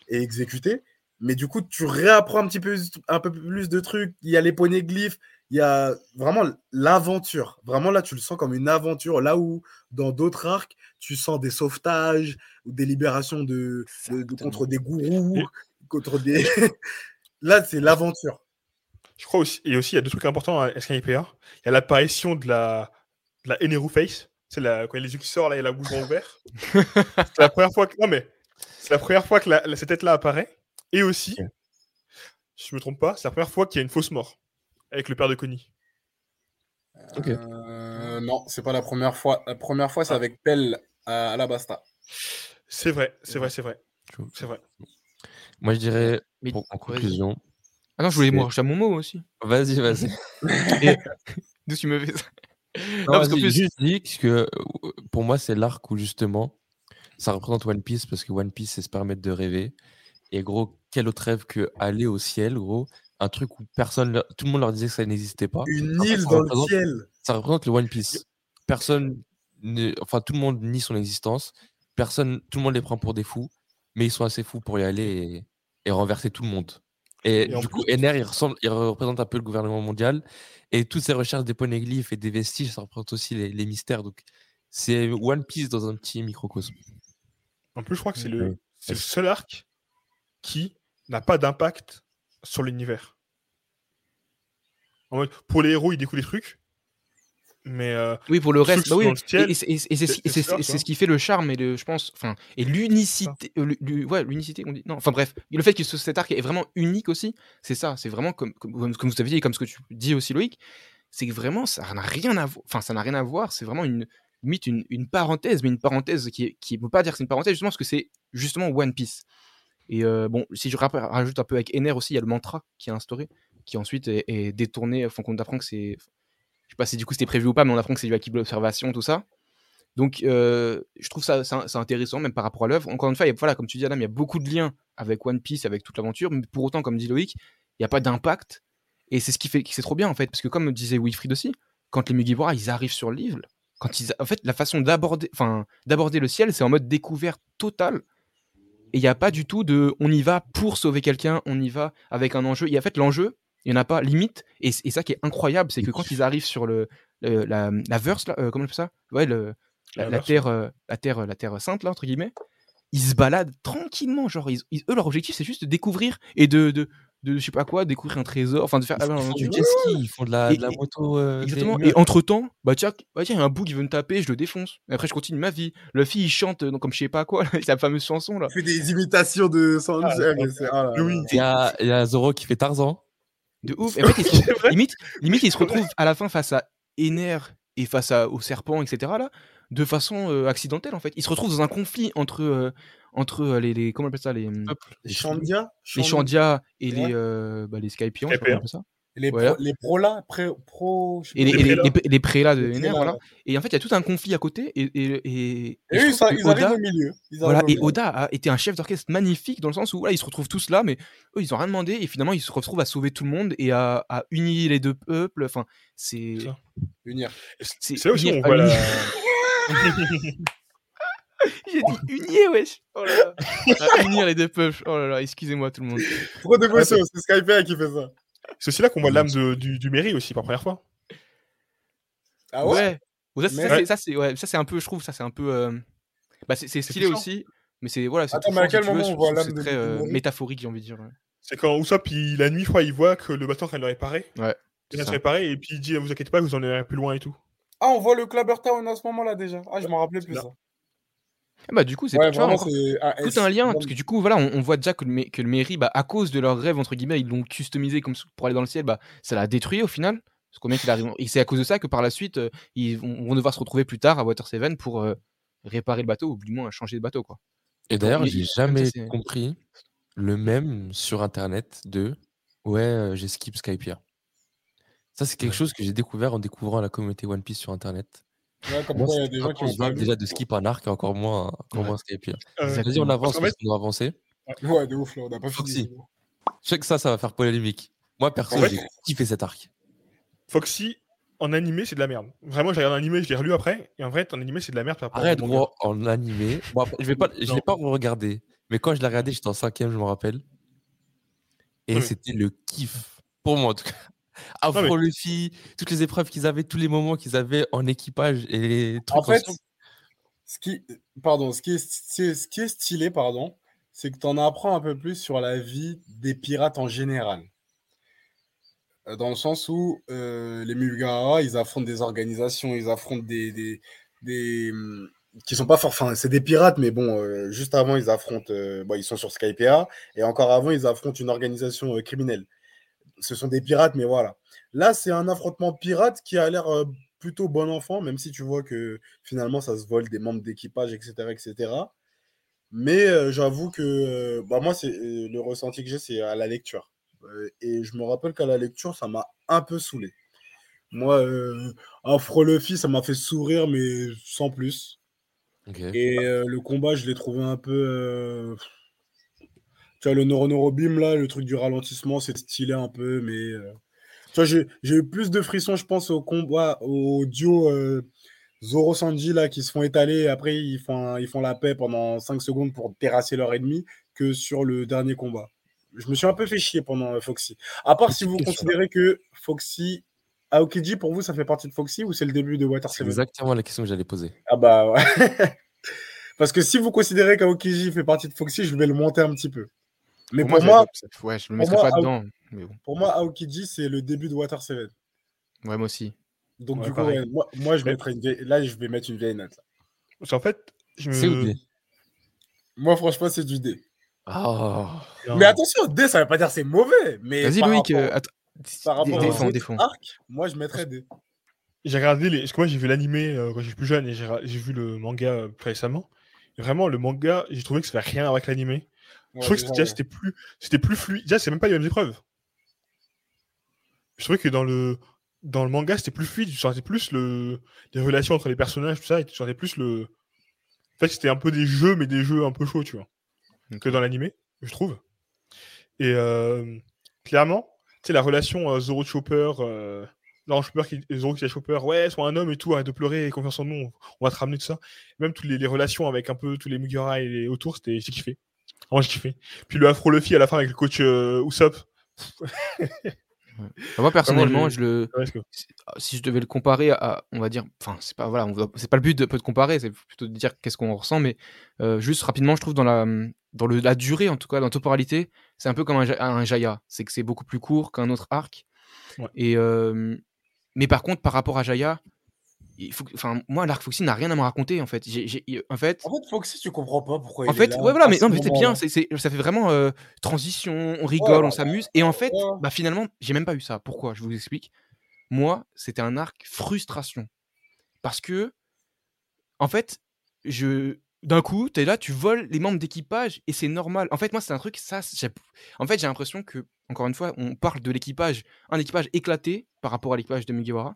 Speaker 2: et exécuté. Mais du coup, tu réapprends un petit peu, un peu plus de trucs. Il y a les poneglyphes, il y a vraiment l'aventure. Vraiment là, tu le sens comme une aventure. Là où dans d'autres arcs, tu sens des sauvetages ou des libérations de, de- de- contre des gourous,
Speaker 3: Et-
Speaker 2: contre des. [LAUGHS] Là, c'est l'aventure.
Speaker 3: Je crois aussi. Et aussi, il y a deux trucs importants hein. à SKIPA. Il y a l'apparition de la, de la Eneru Face. C'est la... quand il y a les yeux qui sortent, là, et la bouche grand ouvert.
Speaker 1: [LAUGHS]
Speaker 3: c'est la première fois que. Non, mais c'est la première fois que la- la- cette tête-là apparaît. Et aussi,
Speaker 1: Ok.
Speaker 3: si je me trompe pas, c'est la première fois qu'il y a une fausse mort avec le père de Connie.
Speaker 1: Ok.
Speaker 2: Euh, non, c'est pas la première fois. La première fois, c'est
Speaker 3: Ah.
Speaker 2: avec Pell à Alabasta.
Speaker 3: C'est vrai, c'est vrai, c'est vrai.
Speaker 1: Je-
Speaker 3: C'est vrai.
Speaker 1: Moi, je dirais,
Speaker 4: Mais-
Speaker 1: pour- en
Speaker 4: vas-y.
Speaker 1: conclusion,
Speaker 4: Ah non, je voulais
Speaker 1: C'est-
Speaker 4: moi rajouter mon mot aussi.
Speaker 1: vas-y, vas-y.
Speaker 4: D'où tu me fais ça Non,
Speaker 1: Non,
Speaker 4: parce qu'en
Speaker 1: j'ai
Speaker 4: plus-
Speaker 1: juste dit que euh, pour moi, c'est l'arc où justement ça représente One Piece parce que One Piece, c'est se permettre de rêver. Et gros, quel autre rêve que aller au ciel, gros. Un truc où personne, leur- tout le monde leur disait que ça n'existait pas.
Speaker 2: Une
Speaker 1: Ah,
Speaker 2: île
Speaker 1: ça
Speaker 2: dans le
Speaker 1: représente-
Speaker 2: ciel.
Speaker 1: Ça représente le One Piece. Personne, ne- enfin, tout le monde nie son existence. Personne, tout le monde les prend pour des fous, mais ils sont assez fous pour y aller et, et renverser tout le monde. Et,
Speaker 3: Et en
Speaker 1: du coup, NR, il, ressemble, il représente un peu le gouvernement mondial. Et toutes ces recherches des poneglyphes et des vestiges, ça représente aussi les, les mystères. Donc, c'est One Piece dans un petit microcosme.
Speaker 3: En plus, je crois que c'est
Speaker 1: Ouais.
Speaker 3: le, c'est le seul arc qui n'a pas d'impact sur l'univers. En mode, pour les héros, ils découvrent des trucs. Mais euh,
Speaker 4: Oui, pour le
Speaker 3: Ceux
Speaker 4: reste.
Speaker 3: qui
Speaker 4: bah
Speaker 3: sont
Speaker 4: oui.
Speaker 3: dans le ciel,
Speaker 4: et, et c'est- et c'est-
Speaker 3: c'est-
Speaker 4: et c'est
Speaker 3: c'est ça,
Speaker 4: et
Speaker 3: tu
Speaker 4: c'est
Speaker 3: vois.
Speaker 4: ce qui fait le charme et le, je pense, enfin, et l'unicité. euh, l'u- l'u- ouais, l'unicité. On dit non. Enfin bref, le fait que ce- cet arc est vraiment unique aussi, c'est ça. C'est vraiment comme, comme, comme- comme vous avez dit, et comme ce que tu dis aussi, Loïc, c'est que vraiment ça n'a rien à voir. Enfin, ça n'a rien à voir. C'est vraiment une limite une, une parenthèse, mais une parenthèse qui, est- qui ne peut pas dire que c'est une parenthèse justement parce que c'est justement One Piece. Et euh, bon, si je rapp- rajoute un peu avec Ener aussi, il y a le mantra qui est instauré, qui ensuite est, est détourné. Enfin, qu'on apprend que c'est je sais pas si du coup c'était prévu ou pas, mais on apprend que c'est du acquis de l'observation, tout ça. Donc, euh, je trouve ça, ça, ça intéressant, même par rapport à l'œuvre. Encore une fois, il y a- voilà, comme tu dis, Adam, il y a beaucoup de liens avec One Piece, avec toute l'aventure, mais pour autant, comme dit Loïc, il n'y a pas d'impact. Et c'est ce qui fait que c'est trop bien, en fait, parce que comme disait Wilfried aussi, quand les Mugiwara, ils arrivent sur l'île, quand ils, en fait, la façon d'aborder, enfin, d'aborder le ciel, c'est en mode découverte totale. Et il n'y a pas du tout de on y va pour sauver quelqu'un, on y va avec un enjeu. Et en fait, l'enjeu, il n'y en a pas limite. Et, c- et ça qui est incroyable, c'est que quand ils arrivent sur le, le- la, la verse, là, euh, comment on appelle ça Ouais, le,
Speaker 3: La
Speaker 4: la, la
Speaker 3: verse,
Speaker 4: terre, euh, la, terre, la terre sainte, là, entre guillemets, ils se baladent tranquillement. Genre, ils- ils- eux, leur objectif, c'est juste de découvrir et de, de, de, je sais pas quoi, découvrir un trésor, enfin, de faire.
Speaker 1: Ils,
Speaker 4: ah,
Speaker 1: font
Speaker 4: non,
Speaker 1: du
Speaker 4: tu-
Speaker 1: jet ski, ils font de la,
Speaker 4: Et-
Speaker 1: de la
Speaker 4: et-
Speaker 1: moto. euh,
Speaker 4: Exactement.
Speaker 1: des-
Speaker 4: Et entre temps, bah tiens, bah tiens, y a un bout qui veut me taper, je le défonce. Et après, je continue ma vie. Luffy, il chante euh, comme je sais pas quoi, là, [LAUGHS] sa fameuse chanson là.
Speaker 2: Il fait des imitations de Sanji.
Speaker 3: Ah,
Speaker 2: Ah, mais c'est- ah là là.
Speaker 3: Louis.
Speaker 1: Il y, a, il y a Zoro qui fait Tarzan.
Speaker 4: De ouf. Et en fait, ils se
Speaker 3: Oui, c'est
Speaker 4: retrouvent-
Speaker 3: vrai.
Speaker 4: limite, limite, ils se retrouvent à la fin face à Ener et face à, au serpent, etc. Là, de façon euh, accidentelle en fait. Ils se retrouvent dans un conflit entre euh, entre euh, les, les comment on appelle ça les
Speaker 1: Hop.
Speaker 2: Shandia
Speaker 4: les Chandia et
Speaker 2: Ouais.
Speaker 4: les euh, bah, les Skypions.
Speaker 3: Skypions.
Speaker 4: ça.
Speaker 2: Les,
Speaker 4: Voilà.
Speaker 2: pro- les prolas, pré- pro, je sais
Speaker 4: et les,
Speaker 2: pas.
Speaker 4: et les,
Speaker 3: prélats.
Speaker 4: les- les prélats de
Speaker 2: Les
Speaker 4: NR,
Speaker 2: prélats,
Speaker 4: voilà.
Speaker 2: ouais.
Speaker 4: Et en fait, il y a tout un conflit à côté. Et, et, et, et
Speaker 2: Et
Speaker 4: je
Speaker 2: eux,
Speaker 4: trouve
Speaker 2: ils, sont-
Speaker 4: que
Speaker 2: ils arrivent
Speaker 4: Oda-
Speaker 2: au milieu. Ils
Speaker 4: Voilà,
Speaker 2: arrivent
Speaker 4: et
Speaker 2: au milieu.
Speaker 4: Oda a été un chef d'orchestre magnifique dans le sens où voilà, ils se retrouvent tous là, mais eux, ils ont rien demandé, et finalement, ils se retrouvent à sauver tout le monde et à, à unir les deux peuples. Enfin, c'est.
Speaker 3: Ça.
Speaker 2: Unir.
Speaker 4: C'est
Speaker 3: C'est là aussi
Speaker 4: unir,
Speaker 3: qu'on
Speaker 4: pas
Speaker 3: voit la.
Speaker 4: unir. J'ai
Speaker 2: [LAUGHS]
Speaker 4: dit unir, wesh oh là là. Ah, Unir les deux peuples, oh là là, excusez-moi tout le monde.
Speaker 2: Pro de Gossio, c'est Skype qui fait ça.
Speaker 3: C'est aussi là qu'on
Speaker 2: [LAUGHS]
Speaker 3: voit l'âme de- du, du mairie aussi, pour la première fois.
Speaker 2: Ah ouais,
Speaker 4: Bon, ça, c'est-
Speaker 2: Mais-
Speaker 4: ça, c'est- ça, c'est ouais, ça, c'est un peu, je trouve, ça c'est un peu. euh, Bah, c'est c'est stylé
Speaker 3: touchant.
Speaker 4: aussi, mais c'est voilà, c'est
Speaker 2: Attends, mais à
Speaker 4: touchant, si
Speaker 2: quel
Speaker 4: tu veux,
Speaker 2: moment on
Speaker 4: je
Speaker 2: voit l'âme
Speaker 4: trouve que
Speaker 2: de
Speaker 4: C'est très euh,
Speaker 2: Midori
Speaker 4: métaphorique, j'ai envie de dire. ouais.
Speaker 3: C'est quand Usopp, il- la nuit, je crois, il voit que le bateau est en train de le réparer.
Speaker 4: Ouais,
Speaker 3: Il vient de
Speaker 4: c'est ça.
Speaker 3: se réparer et puis il dit Vous inquiétez pas, vous en irez plus loin et tout.
Speaker 2: Ah, on voit le Clubber Town à ce moment-là déjà. Ah, je m'en rappelais plus.
Speaker 3: Là.
Speaker 2: ça.
Speaker 4: Eh Bah, du coup, c'est
Speaker 2: Ouais,
Speaker 4: tu vois,
Speaker 2: vraiment,
Speaker 4: encore
Speaker 2: c'est un S.
Speaker 4: tout un lien
Speaker 2: Non,
Speaker 4: parce que du coup voilà on, on voit déjà que le, mé- que le mairie bah, à cause de leurs rêves entre guillemets ils l'ont customisé comme ça pour aller dans le ciel bah ça l'a détruit au final parce qu'on bien qu'il arrive et c'est à cause de ça que par la suite euh, ils vont, vont devoir se retrouver plus tard à Water Seven pour euh, réparer le bateau ou du moins changer de bateau quoi
Speaker 1: Et d'ailleurs,
Speaker 4: mais
Speaker 1: j'ai
Speaker 4: comme ça,
Speaker 1: jamais
Speaker 4: c'est-
Speaker 1: compris le même sur internet de ouais, euh, j'ai skip Skype hier. Ça, c'est quelque
Speaker 4: Ouais.
Speaker 1: chose que j'ai découvert en découvrant la communauté One Piece sur internet.
Speaker 2: Ouais, comme
Speaker 1: Moi,
Speaker 2: quoi, il y a
Speaker 1: c'était
Speaker 2: des gens
Speaker 1: pas
Speaker 2: qui
Speaker 1: quand
Speaker 2: ont
Speaker 1: je parle
Speaker 2: pas
Speaker 1: déjà de skip un arc et encore moins, encore
Speaker 4: Ouais.
Speaker 1: moins Skype hier.
Speaker 3: Euh,
Speaker 1: Vas-y, on avance,
Speaker 3: qu'en
Speaker 1: parce qu'on doit avancer.
Speaker 2: vu. Ouais, de ouf, là, on n'a pas
Speaker 1: Foxy.
Speaker 2: fini.
Speaker 1: Je sais que ça, ça va faire polémique. Moi, perso,
Speaker 3: fait-
Speaker 1: j'ai kiffé cet arc.
Speaker 3: Foxy, en animé, c'est de la merde. Vraiment, j'ai regardé en animé, je l'ai relu après. Et en vrai, en animé, c'est de la merde. par
Speaker 2: Ah,
Speaker 3: rapport au
Speaker 1: Arrête,
Speaker 3: manga.
Speaker 1: moi, en animé. Bon, après, je vais pas, je
Speaker 3: Non.
Speaker 1: l'ai pas regardé. Mais quand je l'ai regardé, j'étais en cinquième, je me rappelle. Et
Speaker 3: Oui.
Speaker 1: c'était le kiff. Pour moi, en tout cas. [LAUGHS] Afro Luffy, toutes les épreuves qu'ils avaient, tous les moments qu'ils avaient en équipage et les trucs
Speaker 2: En fait,
Speaker 1: ensemble.
Speaker 2: ce qui, pardon, ce qui est, sty- ce qui est stylé, pardon, c'est que tu en apprends un peu plus sur la vie des pirates en général. Euh, Dans le sens où euh, les Mugara, ils affrontent des organisations, ils affrontent des. des, des, hum, qui sont pas fort. Enfin, c'est des pirates, mais bon, euh, juste avant, ils affrontent. euh, bon, ils sont sur Skypea, et encore avant, ils affrontent une organisation euh, criminelle. Ce sont des pirates, mais voilà. Là, c'est un affrontement pirate qui a l'air euh, plutôt bon enfant, même si tu vois que finalement ça se vole des membres d'équipage, etc., etc. Mais euh, j'avoue que euh, bah, moi, c'est euh, le ressenti que j'ai, c'est à la lecture. Euh, et je me rappelle qu'à la lecture, ça m'a un peu saoulé. Moi, euh, Afro Luffy, ça m'a fait sourire, mais sans plus.
Speaker 1: Ok.
Speaker 2: Et euh, le combat, je l'ai trouvé un peu. euh, Tu vois, le Noro Noro Beam, là, le truc du ralentissement, c'est stylé un peu, mais. euh, Tu vois, j'ai j'ai eu plus de frissons, je pense, au combat, au duo euh, Zoro Sanji, là, qui se font étaler, et après, ils font, ils font la paix pendant 5 secondes pour terrasser leur ennemi, que sur le dernier combat. Je me suis un peu fait chier pendant euh, Foxy. À part si vous
Speaker 1: question.
Speaker 2: considérez que Foxy. Aokiji, pour vous, ça fait partie de Foxy ou c'est le début de Water
Speaker 1: C'est
Speaker 2: Seven
Speaker 1: exactement la question que j'allais poser.
Speaker 2: ah bah ouais. [LAUGHS] Parce que si vous considérez qu'Aokiji fait partie de Foxy, je vais le monter un petit peu. Mais pour, moi,
Speaker 4: je- ouais je me
Speaker 2: pour
Speaker 4: mettrais
Speaker 2: moi,
Speaker 4: pas
Speaker 2: ah,
Speaker 4: dedans mais bon
Speaker 2: pour moi, Aokiji, c'est le début de Water Seven.
Speaker 4: ouais moi aussi
Speaker 2: Donc
Speaker 3: Ouais,
Speaker 2: du coup,
Speaker 3: pareil.
Speaker 2: ouais, moi, moi, je
Speaker 3: Mais-
Speaker 2: mettrais une vieille- là, je vais mettre une vieille note. là.
Speaker 3: Parce qu'en fait, je me.
Speaker 1: C'est
Speaker 2: Hmm.
Speaker 1: où
Speaker 2: Moi, franchement, c'est du D.
Speaker 1: Ah.
Speaker 2: Mais attention, D, ça veut pas dire que c'est mauvais. Mais
Speaker 4: vas-y
Speaker 2: par
Speaker 4: Loïc
Speaker 2: rapport-
Speaker 4: euh, attends.
Speaker 2: par rapport
Speaker 3: aux
Speaker 4: défend
Speaker 2: autres
Speaker 4: défend
Speaker 2: arc, moi, je mettrais D.
Speaker 3: J'ai regardé les. Parce que moi, j'ai vu l'animé euh, quand j'étais plus jeune et j'ai ra- j'ai vu le manga euh, plus récemment. Et vraiment, le manga, j'ai trouvé que ça n'avait rien à voir avec l'animé.
Speaker 2: Ouais,
Speaker 3: je trouvais
Speaker 2: déjà,
Speaker 3: que c'était- déjà,
Speaker 2: ouais.
Speaker 3: c'était plus, c'était plus fluide. Déjà, c'est même pas les mêmes épreuves. Je trouvais que dans le, dans le manga, c'était plus fluide. Tu sentais plus le, les relations entre les personnages, tout ça, et tu sentais plus le. En fait, c'était un peu des jeux, mais des jeux un peu chauds, tu vois, que dans l'animé, je trouve. Et euh, clairement, tu sais, la relation euh, Zoro Chopper, euh, non, Chopper qui, et Zoro qui dit à Chopper, ouais, sois un homme et tout, arrête de pleurer, et confiance en nous, on, on va te ramener, tout ça. Même toutes les, les relations avec un peu tous les Mugiwara et les autour, c'était, j'ai kiffé. Vraiment, j'ai kiffé. Puis le Afro Luffy à la fin avec le coach euh, Usopp.
Speaker 4: Bah,
Speaker 2: ah,
Speaker 4: moi personnellement
Speaker 3: j'ai-
Speaker 4: je le
Speaker 3: Ouais, parce que-
Speaker 4: si je devais le comparer à, on va dire, enfin, c'est pas voilà, on va- c'est pas le but de, de comparer, c'est plutôt de dire qu'est-ce qu'on ressent, mais euh, juste rapidement, je trouve dans la dans le, la durée en tout cas, dans la temporalité, c'est un peu comme un, Ja- un Jaya, c'est que c'est beaucoup plus court qu'un autre arc.
Speaker 3: Ouais.
Speaker 4: Et euh, mais par contre, par rapport à Jaya, il faut, que- enfin, moi, l'arc Foxy n'a rien à me raconter en fait. J'ai- j'ai- en fait,
Speaker 2: En fait, Foxy, tu comprends pas pourquoi
Speaker 4: en
Speaker 2: il est
Speaker 4: fait,
Speaker 2: là,
Speaker 4: ouais, voilà,
Speaker 2: à
Speaker 4: mais,
Speaker 2: ce
Speaker 4: non, mais c'est bien,
Speaker 2: moment-là.
Speaker 4: c'est, c'est- ça fait vraiment euh, transition, on rigole,
Speaker 2: voilà.
Speaker 4: on s'amuse. Et en fait,
Speaker 2: Ouais.
Speaker 4: bah, finalement, j'ai même pas eu ça. Pourquoi Je vous explique. Moi, c'était un arc frustration. Parce que, en fait, je, d'un coup, t'es là, tu voles les membres d'équipage et c'est normal. En fait, moi, c'est un truc, ça, j'ai- en fait, j'ai l'impression que, encore une fois, on parle de l'équipage, un équipage éclaté par rapport à l'équipage de Mugiwara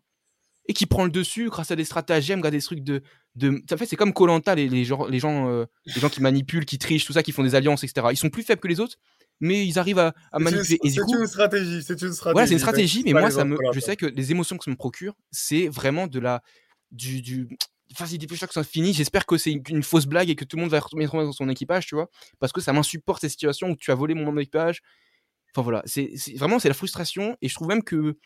Speaker 4: et qui prend le dessus grâce à des stratagèmes, grâce à des trucs de. de... En fait, c'est comme Colanta, les, les, gens- les, gens, euh, les gens qui manipulent, qui trichent, tout ça, qui font des alliances, etc. Ils sont plus faibles que les autres, mais ils arrivent à,
Speaker 2: C'est
Speaker 4: à
Speaker 2: une-
Speaker 4: manipuler. Et du
Speaker 2: C'est
Speaker 4: coup,
Speaker 2: une stratégie, c'est une stratégie.
Speaker 4: voilà, c'est une
Speaker 2: t'inquiète
Speaker 4: stratégie, mais
Speaker 2: pas,
Speaker 4: moi,
Speaker 2: les
Speaker 4: ça
Speaker 2: autres,
Speaker 4: me,
Speaker 2: voilà,
Speaker 4: je
Speaker 2: ça.
Speaker 4: sais que les émotions que ça me procure, c'est vraiment de la. du. du Enfin, si des fois, chaque fois que ça finit, j'espère que c'est une, une fausse blague et que tout le monde va remettre dans son équipage, tu vois, parce que ça m'insupporte ces situations où tu as volé mon membre d'équipage. Enfin voilà, c'est c'est- vraiment c'est la frustration et je trouve même que,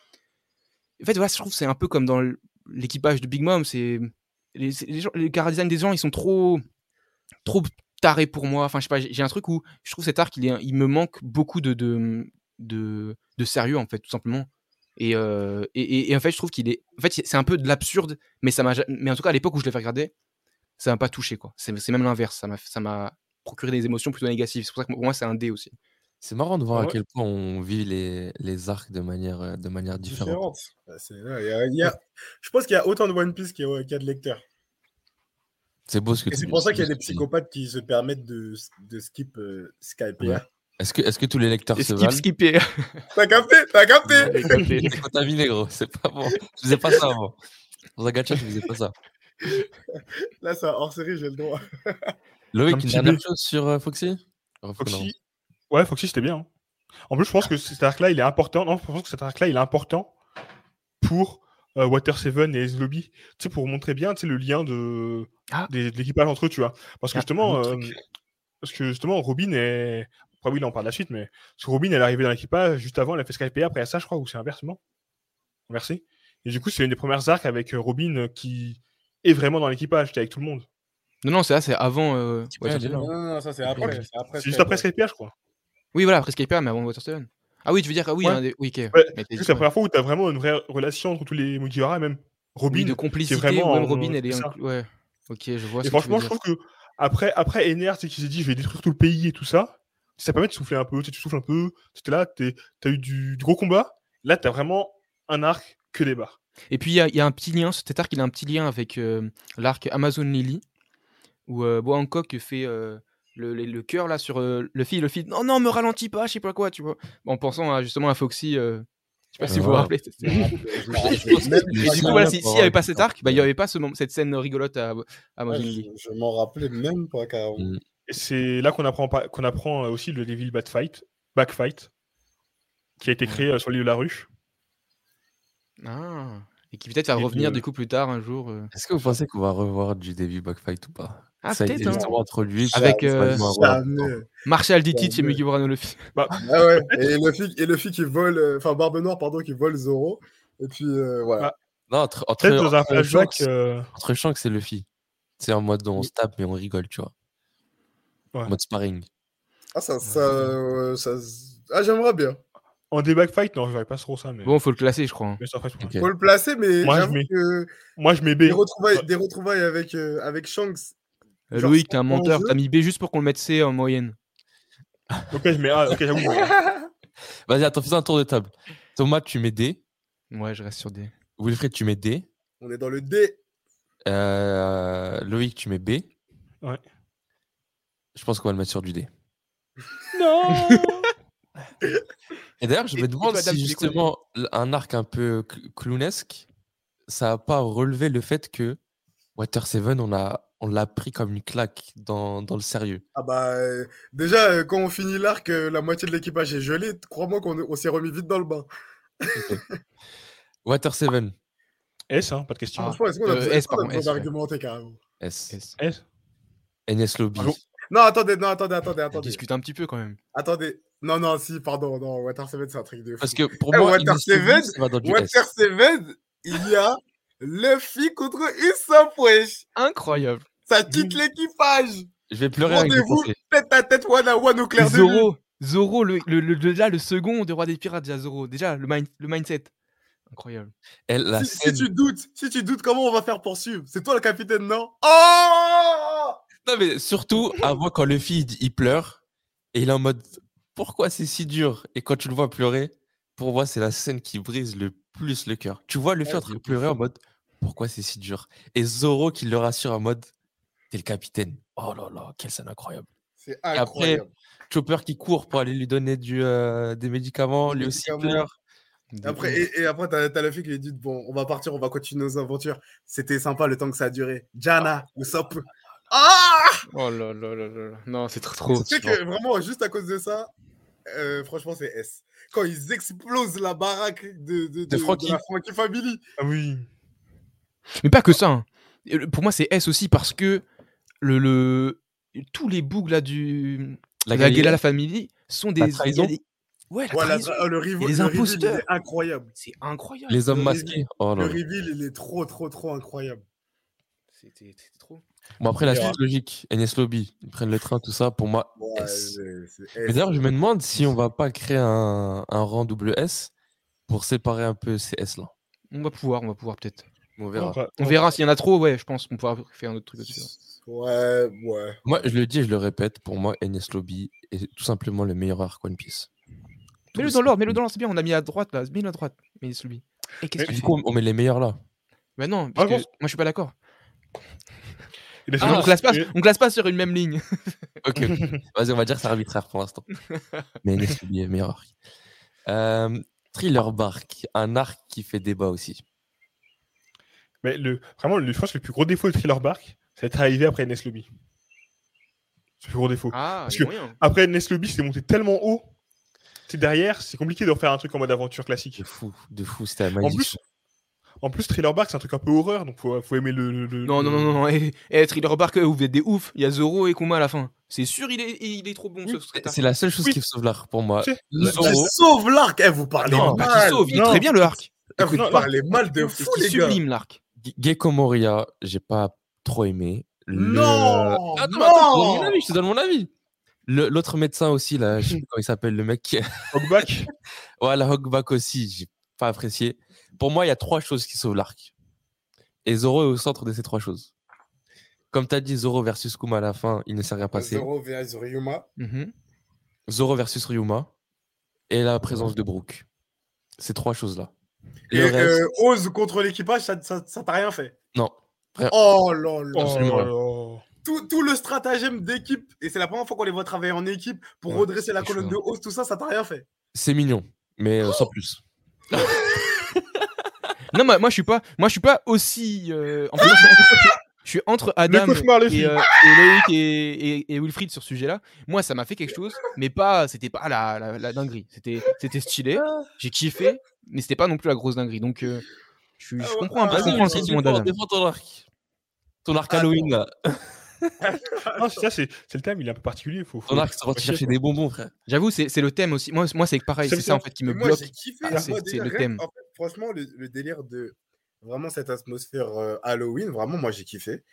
Speaker 4: en fait voilà, je trouve que c'est un peu comme dans l- l'équipage de Big Mom, c'est les, c'est- les, gens- les chara-design des gens ils sont trop trop tarés pour moi. Enfin je sais pas, j'ai j'ai un truc où je trouve cet arc il, est, il me manque beaucoup de, de de de sérieux en fait tout simplement. Et, euh, et, et- et en fait, je trouve qu'il est. En fait, c'est c'est un peu de l'absurde, mais ça m'a. ja- Mais en tout cas, à l'époque où je l'ai fait regarder, ça m'a pas touché, quoi. C'est c'est même l'inverse. Ça m'a- Ça m'a procuré des émotions plutôt négatives. C'est pour ça que pour moi, c'est un D aussi.
Speaker 1: C'est marrant de voir
Speaker 3: Ah
Speaker 1: à
Speaker 3: ouais.
Speaker 1: quel point on vit les, les arcs de manière, euh, de manière différente.
Speaker 2: Différente. Bah, c'est- ouais, il y a- il y a- Je pense qu'il y a autant de One Piece qu'il y a- qu'il y a de lecteurs.
Speaker 1: C'est beau ce que
Speaker 2: Et
Speaker 1: tu
Speaker 2: c'est pour ça qu'il y a
Speaker 1: ce
Speaker 2: des
Speaker 1: que tu dis.
Speaker 2: psychopathes qui se permettent de, de skip euh, Skype.
Speaker 1: Ouais. Est-ce que, est-ce que tous les lecteurs
Speaker 4: Et
Speaker 1: se
Speaker 4: skip,
Speaker 1: valent
Speaker 4: skipper. [LAUGHS]
Speaker 2: T'as capté T'as capté
Speaker 1: C'est contaminé, gros. C'est pas bon. Je faisais pas ça avant. Dans un gacha, je faisais pas ça.
Speaker 2: Là, c'est hors série, j'ai le droit.
Speaker 1: Loïc,
Speaker 3: Un
Speaker 1: une
Speaker 3: petit
Speaker 1: dernière
Speaker 3: bif.
Speaker 1: chose sur euh, Foxy Alors, faut qu'on avance.
Speaker 3: Foxy. Ouais, Foxy, c'était bien. hein. En plus, je pense que cet arc-là, il est important. Non, je pense que cet arc-là, il est important pour euh, Water Seven et les lobbies. Tu sais, pour montrer bien tu sais, le lien de,
Speaker 4: Ah.
Speaker 3: des- de l'équipage entre eux, tu vois. Parce que
Speaker 4: Ah, un
Speaker 3: justement,
Speaker 4: autre
Speaker 3: euh,
Speaker 4: truc.
Speaker 3: parce que justement, Robin est. Après, oui, là, on parle de la suite, mais parce que Robin, elle est arrivée dans l'équipage juste avant, elle a fait Skype après ça, je crois, ou c'est inversement. Merci. Et du coup, c'est une des premières arcs avec euh, Robin euh, qui est vraiment dans l'équipage, t'es avec tout le monde.
Speaker 4: Non, non, c'est là, c'est avant. euh,
Speaker 1: Ouais,
Speaker 4: Water
Speaker 1: elle est
Speaker 4: Seven.
Speaker 1: là.
Speaker 2: Non, non, non, ça, c'est après. c'est après
Speaker 3: C'est juste
Speaker 2: Skype,
Speaker 3: après
Speaker 2: ouais.
Speaker 3: [LAUGHS] Skype, je crois.
Speaker 4: Oui, voilà, après Skipper, mais avant Water Seven. Ah oui, tu veux dire, ah oui,
Speaker 3: Ouais.
Speaker 4: un des- oui, ok.
Speaker 3: Ouais,
Speaker 4: Mais t'as
Speaker 3: C'est
Speaker 4: dit,
Speaker 3: juste la
Speaker 4: ouais.
Speaker 3: première fois où tu as vraiment une vraie relation entre tous les Mugiwara, même Robin.
Speaker 4: Oui, de complicité,
Speaker 3: vraiment
Speaker 4: ou même
Speaker 3: en-
Speaker 4: Robin, elle est.
Speaker 3: c'est ça.
Speaker 4: inclus- Ouais. Ok, je vois.
Speaker 3: et
Speaker 4: ce que tu veux
Speaker 3: franchement, je
Speaker 4: dire.
Speaker 3: trouve que après, après Ener, c'est qu'il s'est dit je vais détruire tout le pays et tout ça. Ça permet de souffler un peu, tu, sais, tu souffles un peu, tu es là, tu as eu du, du gros combat. Là, tu as vraiment un arc que des barres.
Speaker 4: Et puis il y, a- il y a un petit lien, cet arc il a un petit lien avec euh, l'arc Amazon Lily, où euh, Bo Hancock fait euh, le, le, le cœur là sur euh, le fil, le fil, non, non, me ralentis pas, je sais pas quoi, tu vois. En pensant à, justement à Foxy, euh, je sais pas si vous vous
Speaker 1: Ouais.
Speaker 4: rappelez. cette scène.
Speaker 2: Je me rappelle même
Speaker 1: Mais
Speaker 4: Et
Speaker 2: pas
Speaker 4: du
Speaker 1: c'est
Speaker 4: coup,
Speaker 2: de-
Speaker 4: voilà,
Speaker 1: là
Speaker 4: si- s'il
Speaker 1: pour
Speaker 4: n'y avait
Speaker 1: avoir
Speaker 4: pas
Speaker 1: des
Speaker 4: cet
Speaker 1: arcs,
Speaker 4: arc, bah, il n'y
Speaker 1: ouais.
Speaker 4: avait pas ce moment- cette scène rigolote à, à Amazon
Speaker 2: Ouais,
Speaker 4: Lily.
Speaker 2: je je m'en rappelais même pas, carrément.
Speaker 3: Et c'est là qu'on apprend, pas- qu'on apprend euh, aussi le Devil Backfight, Backfight qui a été
Speaker 4: Ouais.
Speaker 3: créé euh, sur l'île de la ruche.
Speaker 4: Ah. Et qui peut-être va
Speaker 3: Et
Speaker 4: revenir
Speaker 3: le-
Speaker 4: du coup plus tard un jour. euh.
Speaker 1: Est-ce que vous pensez qu'on va revoir du début Backfight ou pas
Speaker 4: Ah,
Speaker 1: Ça a été
Speaker 4: peut-être. hein.
Speaker 1: justement entre lui
Speaker 4: Avec, euh,
Speaker 1: ouais,
Speaker 2: Jamais.
Speaker 4: Marshall Dittit chez
Speaker 2: Ouais.
Speaker 4: Mugiwara no Luffy.
Speaker 2: Ah ouais, et le flic, et le flic qui vole, euh, enfin Barbe Noire, pardon, qui vole Zoro. Et puis euh,
Speaker 3: Ah.
Speaker 2: voilà.
Speaker 1: Non, entre, entre,
Speaker 3: Peut-être dans un flashback.
Speaker 1: Shanks-
Speaker 3: euh,
Speaker 1: entre Shanks et Luffy. C'est en mode on se tape mais on rigole, tu vois.
Speaker 3: Ouais.
Speaker 1: En mode sparring.
Speaker 2: Ah, ça. ça, euh, ça se- ah, j'aimerais bien.
Speaker 3: en des Backfight, non, je verrais pas trop ça, mais.
Speaker 4: Bon, faut le classer, je crois. hein.
Speaker 3: mais ça, après, c'est pas grave.
Speaker 1: Ok.
Speaker 2: Faut le placer, mais
Speaker 3: Moi, je
Speaker 2: j'avoue
Speaker 3: mets-
Speaker 2: que
Speaker 3: Moi, je mets B.
Speaker 2: des retrouvailles, des retrouvailles avec, euh, avec Shanks.
Speaker 4: Euh,
Speaker 2: Genre,
Speaker 4: Loïc, t'es un
Speaker 2: sans
Speaker 4: menteur,
Speaker 2: enjeu.
Speaker 4: t'as mis B juste pour qu'on le mette C en moyenne.
Speaker 3: Ok, je mets A. Ok,
Speaker 4: [LAUGHS]
Speaker 3: j'avoue.
Speaker 1: Vas-y, attends, fais un tour de table. Thomas, tu mets D.
Speaker 4: Ouais, je reste sur D.
Speaker 1: Wilfred, tu mets D.
Speaker 2: On est dans le D.
Speaker 1: Euh, Loïc, tu mets B.
Speaker 3: Ouais.
Speaker 1: Je pense qu'on va le mettre sur du D.
Speaker 2: [LAUGHS]
Speaker 3: non
Speaker 1: Et d'ailleurs, je
Speaker 4: Et-
Speaker 1: me
Speaker 4: et
Speaker 1: demande
Speaker 4: toi, Dab,
Speaker 1: si
Speaker 4: tu mets quoi,
Speaker 1: justement l- un arc un peu cl- clownesque, ça a pas relevé le fait que Water Seven, on l'a on l'a pris comme une claque dans, dans le sérieux.
Speaker 2: Ah bah euh, déjà euh, quand on finit l'arc, euh, la moitié de l'équipage est gelée. Crois-moi qu'on on s'est remis vite dans le bain.
Speaker 1: Water Seven,
Speaker 3: S, hein, pas de question.
Speaker 4: Ah.
Speaker 2: Franchement, est-ce qu'on a
Speaker 4: Euh,
Speaker 2: besoin-
Speaker 4: S,
Speaker 2: est-ce qu'on
Speaker 4: pardon,
Speaker 2: a besoin
Speaker 4: S, ouais.
Speaker 2: d'argumenter carrément
Speaker 1: S.
Speaker 4: S.
Speaker 3: S.
Speaker 1: NS Lobby.
Speaker 3: Bonjour.
Speaker 2: Non, attendez, non, attendez, attendez,
Speaker 4: On
Speaker 2: attendez.
Speaker 4: discute un petit peu quand même.
Speaker 2: Attendez. Non, non, si, pardon, non, Water Seven, c'est un truc de fou.
Speaker 1: Parce que pour
Speaker 2: Eh,
Speaker 1: moi,
Speaker 2: Water
Speaker 1: NS Lobby,
Speaker 2: Seven,
Speaker 1: ça va dans du
Speaker 2: Water
Speaker 1: S.
Speaker 2: Seven, il y a Luffy contre Usopp, wesh.
Speaker 4: Incroyable.
Speaker 2: Ça quitte l'équipage.
Speaker 1: Je vais pleurer avec des
Speaker 2: Rendez-vous
Speaker 1: pensées.
Speaker 2: tête à tête, one à one au clair de lune.
Speaker 4: Zoro, Zoro, le, le, le- le- là, le second des rois des pirates, déjà Zoro. Déjà, le, mind- le mindset. Incroyable.
Speaker 1: Elle, la
Speaker 2: Si, si
Speaker 1: scène.
Speaker 2: tu doutes, si tu doutes, comment on va faire pour suivre C'est toi le capitaine, non Oh
Speaker 1: Non, mais surtout, avant, quand Luffy, il, dit- il pleure, et il est en mode Pourquoi c'est si dur Et quand tu le vois pleurer, pour moi, c'est la scène qui brise le plus le cœur. Tu vois Luffy
Speaker 2: Ouais,
Speaker 1: en train de pleurer en mode Pourquoi c'est si dur Et Zoro qui le rassure en mode T'es le capitaine. Oh là là, quelle scène incroyable.
Speaker 2: C'est
Speaker 1: après,
Speaker 2: incroyable.
Speaker 1: Chopper qui court pour aller lui donner du, euh, des
Speaker 4: Oh,
Speaker 1: médicaments,
Speaker 2: Des
Speaker 1: lui aussi
Speaker 2: médicaments.
Speaker 1: pleure.
Speaker 2: Après, et, et après, t'as, t'as la fille qui lui dit Bon, on va partir, on va continuer nos aventures. C'était sympa le temps que ça a duré. Jana, Usopp. Ah
Speaker 4: Oh là là là là là. Non, c'est trop trop.
Speaker 2: Tu sais que vraiment, juste à cause de ça, euh, franchement, c'est S. Quand ils explosent la baraque de, de, de,
Speaker 1: Frankie.
Speaker 2: de la Frankie Family.
Speaker 3: Ah oui.
Speaker 4: Mais pas que ça. hein. Et le- Pour moi, c'est S aussi parce que le, le- tous les bougs là du
Speaker 1: La
Speaker 4: de la
Speaker 1: Galilée,
Speaker 4: Guerrilla Family sont des
Speaker 1: La trahison.
Speaker 4: il y a des- Ouais, la
Speaker 2: Ouais, la-
Speaker 4: trahison.
Speaker 2: ah, le rival,
Speaker 4: les
Speaker 2: le reveal, il
Speaker 4: imposteurs.
Speaker 2: est incroyable.
Speaker 4: C'est incroyable.
Speaker 1: les hommes
Speaker 2: le-
Speaker 1: masqués. Oh
Speaker 2: Le
Speaker 1: là là.
Speaker 2: reveal, il est trop, trop, trop incroyable.
Speaker 4: C'était c'était trop.
Speaker 1: Bon, après, la
Speaker 2: Verra.
Speaker 1: suite logique, NS Lobby, ils prennent le train, tout ça. Pour moi,
Speaker 2: Ouais,
Speaker 1: S.
Speaker 2: c'est- c'est
Speaker 1: Mais
Speaker 2: S.
Speaker 1: D'ailleurs, je me demande si on va pas créer un, un rang double S pour séparer un peu ces S-là.
Speaker 4: On va pouvoir, on va pouvoir peut-être.
Speaker 1: On verra.
Speaker 4: On verra s'il y en a trop, ouais, je pense qu'on pourra faire un autre truc là-dessus. hein.
Speaker 1: hein.
Speaker 2: Ouais, ouais.
Speaker 1: Moi, je le dis et je le répète, pour moi, NS Lobby est tout simplement le meilleur arc One Piece. Tout
Speaker 4: Mets-le dans l'ordre, mets-le
Speaker 1: simplement.
Speaker 4: dans l'ordre, c'est bien, on a mis à droite là, mets-le à droite. Mais celui. Et qu'est-ce
Speaker 3: Mais-
Speaker 4: que tu
Speaker 1: Du
Speaker 4: fais
Speaker 1: coup, on met les meilleurs là.
Speaker 4: Bah non, parce
Speaker 3: Ah,
Speaker 4: que
Speaker 3: bon
Speaker 4: moi je suis
Speaker 3: [LAUGHS]
Speaker 4: pas d'accord.
Speaker 3: Il a fait
Speaker 1: Ah,
Speaker 4: on,
Speaker 3: genre-
Speaker 4: classe pas,
Speaker 3: et-
Speaker 4: on classe pas sur une même ligne.
Speaker 1: Ok, ok. [LAUGHS] vas-y, on va dire que c'est arbitraire pour l'instant. Mais NS Lobby est le meilleur arc. Euh, Thriller Bark, un arc qui fait débat aussi.
Speaker 3: Mais le, vraiment, le, je pense que le plus gros défaut de Thriller Bark, c'est d'être arrivé après NS Lobby. C'est le plus gros défaut.
Speaker 4: Ah,
Speaker 3: Parce
Speaker 4: il y a
Speaker 3: que-
Speaker 4: moyen.
Speaker 3: Après NS Lobby, c'est monté tellement haut. C'est derrière, c'est compliqué de refaire un truc en mode aventure classique.
Speaker 1: De fou, de fou, c'était un
Speaker 3: En plus, en plus, Thriller Bark, c'est un truc un peu horreur, donc faut, faut aimer le. le- le-
Speaker 4: Non, non, non, non, non, eh, eh, Thriller Bark, euh, vous êtes des oufs, il y a Zoro et Kuma à la fin. C'est sûr, il est, il est trop bon
Speaker 3: Oui,
Speaker 4: ce secrétaire.
Speaker 1: C'est la seule chose
Speaker 3: Oui.
Speaker 1: qui me sauve l'arc pour moi.
Speaker 3: Tu sais,
Speaker 2: Qui
Speaker 1: Zoro,
Speaker 2: sauve l'arc, eh, vous parlez
Speaker 1: Non,
Speaker 4: Bah, qui
Speaker 2: mal.
Speaker 4: sauve, il est
Speaker 3: non.
Speaker 4: très bien le arc.
Speaker 2: Eh, vous
Speaker 3: Non,
Speaker 2: parlez mal de
Speaker 4: C'est
Speaker 2: fou,
Speaker 4: qui
Speaker 2: les gars.
Speaker 4: sublime l'arc.
Speaker 1: Ge- Gecko Moria, j'ai pas trop aimé. Le-
Speaker 2: Non,
Speaker 1: Attends, Ah attends, je te donne
Speaker 2: non.
Speaker 1: mon avis, je te donne mon avis. Hmm. Le- L'autre médecin aussi, là, je sais plus comment il s'appelle, le mec. [LAUGHS] qui-
Speaker 4: [LAUGHS]
Speaker 3: Hogback.
Speaker 1: voilà, Hogback aussi, j'ai pas apprécié. Pour moi, il y a trois choses qui sauvent l'arc. Et Zoro est au centre de ces trois choses. Comme tu as dit, Zoro versus Kuma à la fin, il ne s'est rien passé. Zoro,
Speaker 2: Zoro vs Ryuma.
Speaker 4: Mhm.
Speaker 1: versus Ryuma. Et la présence de Brook. Ces trois choses-là.
Speaker 2: Et
Speaker 1: Le reste,
Speaker 2: euh, Oz contre l'équipage, ça ça- ça t'a rien fait.
Speaker 1: non.
Speaker 2: Oh là là.
Speaker 3: Oh
Speaker 1: Absolument.
Speaker 3: là là.
Speaker 2: Tout, tout le stratagème d'équipe, et c'est la première fois qu'on les voit travailler en équipe pour
Speaker 1: Ouais,
Speaker 2: redresser la
Speaker 1: c'est chaud,
Speaker 2: colonne de hausse, tout ça, ça t'a rien fait.
Speaker 1: C'est mignon, mais euh, sans plus.
Speaker 4: Non, moi, moi, je suis pas, moi je suis pas aussi. euh, en fait, je, suis- je suis entre
Speaker 3: Le
Speaker 4: Adam
Speaker 3: cauchemar, les
Speaker 4: et,
Speaker 3: filles.
Speaker 4: euh, et Loïc et, et- et Wilfried sur ce sujet-là. Moi, ça m'a fait quelque chose, mais pas, c'était pas la, la, la dinguerie. C'était, c'était stylé. J'ai kiffé, mais c'était pas non plus la grosse dinguerie. Donc, euh, je, suis- je comprends un peu, ah, je comprends le sentiment
Speaker 1: défends,
Speaker 4: d'Adam.
Speaker 1: défends ton arc. Ton arc
Speaker 2: Attends.
Speaker 1: Halloween, là.
Speaker 4: Ah,
Speaker 3: Non, c'est Ah, ça, c'est c'est le thème, il est un peu particulier. Faut, faut-
Speaker 1: Ton arc, c'est quand
Speaker 3: faut
Speaker 1: tu
Speaker 3: chier,
Speaker 1: chercher
Speaker 3: quoi.
Speaker 1: des bonbons, frère.
Speaker 4: J'avoue, c'est, c'est le thème aussi. Moi, moi, c'est pareil.
Speaker 3: C'est
Speaker 4: C'est ça en
Speaker 3: ça.
Speaker 4: fait qui me
Speaker 2: Mais moi,
Speaker 4: bloque.
Speaker 2: j'ai kiffé.
Speaker 4: Ah,
Speaker 2: Moi,
Speaker 4: c'est-
Speaker 2: déjà,
Speaker 4: c'est le
Speaker 2: rien-
Speaker 4: thème.
Speaker 2: en fait, franchement, le, le délire de vraiment cette atmosphère euh, Halloween, vraiment, moi, j'ai kiffé.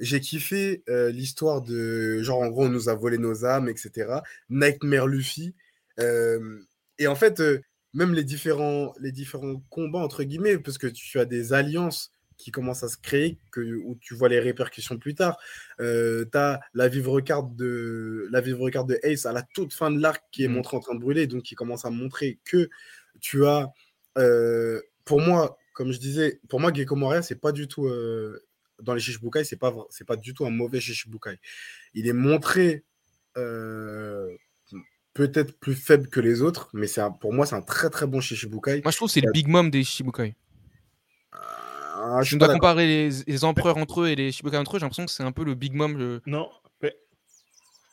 Speaker 2: J'ai kiffé euh, l'histoire de genre, en gros, on nous a volé nos âmes, etc. Nightmare Luffy. Euh, et en fait, euh, même les différents, les différents combats, entre guillemets, parce que tu as des alliances qui commencent à se créer, que, où tu vois les répercussions plus tard. Euh, t'as la vivre carte de la vivre carte de Ace à la toute fin de l'arc qui est
Speaker 4: Mhm.
Speaker 2: montrée en train de brûler, donc qui commence à montrer que tu as, euh, pour moi, comme je disais, pour moi Gecko Moria c'est pas du tout euh, dans les Shishibukai, c'est pas vra- c'est pas du tout un mauvais Shishibukai. Il est montré euh, peut-être plus faible que les autres, mais c'est un- pour moi c'est un très très bon Shishibukai.
Speaker 4: Moi, je trouve que c'est le big mom des Shibukai.
Speaker 2: Ah,
Speaker 4: Je
Speaker 2: suis
Speaker 4: dois
Speaker 2: pas d'accord.
Speaker 4: comparer les, les empereurs entre eux et les Shibukai entre eux. J'ai l'impression que c'est un peu le big mom, le,
Speaker 3: Non, mais.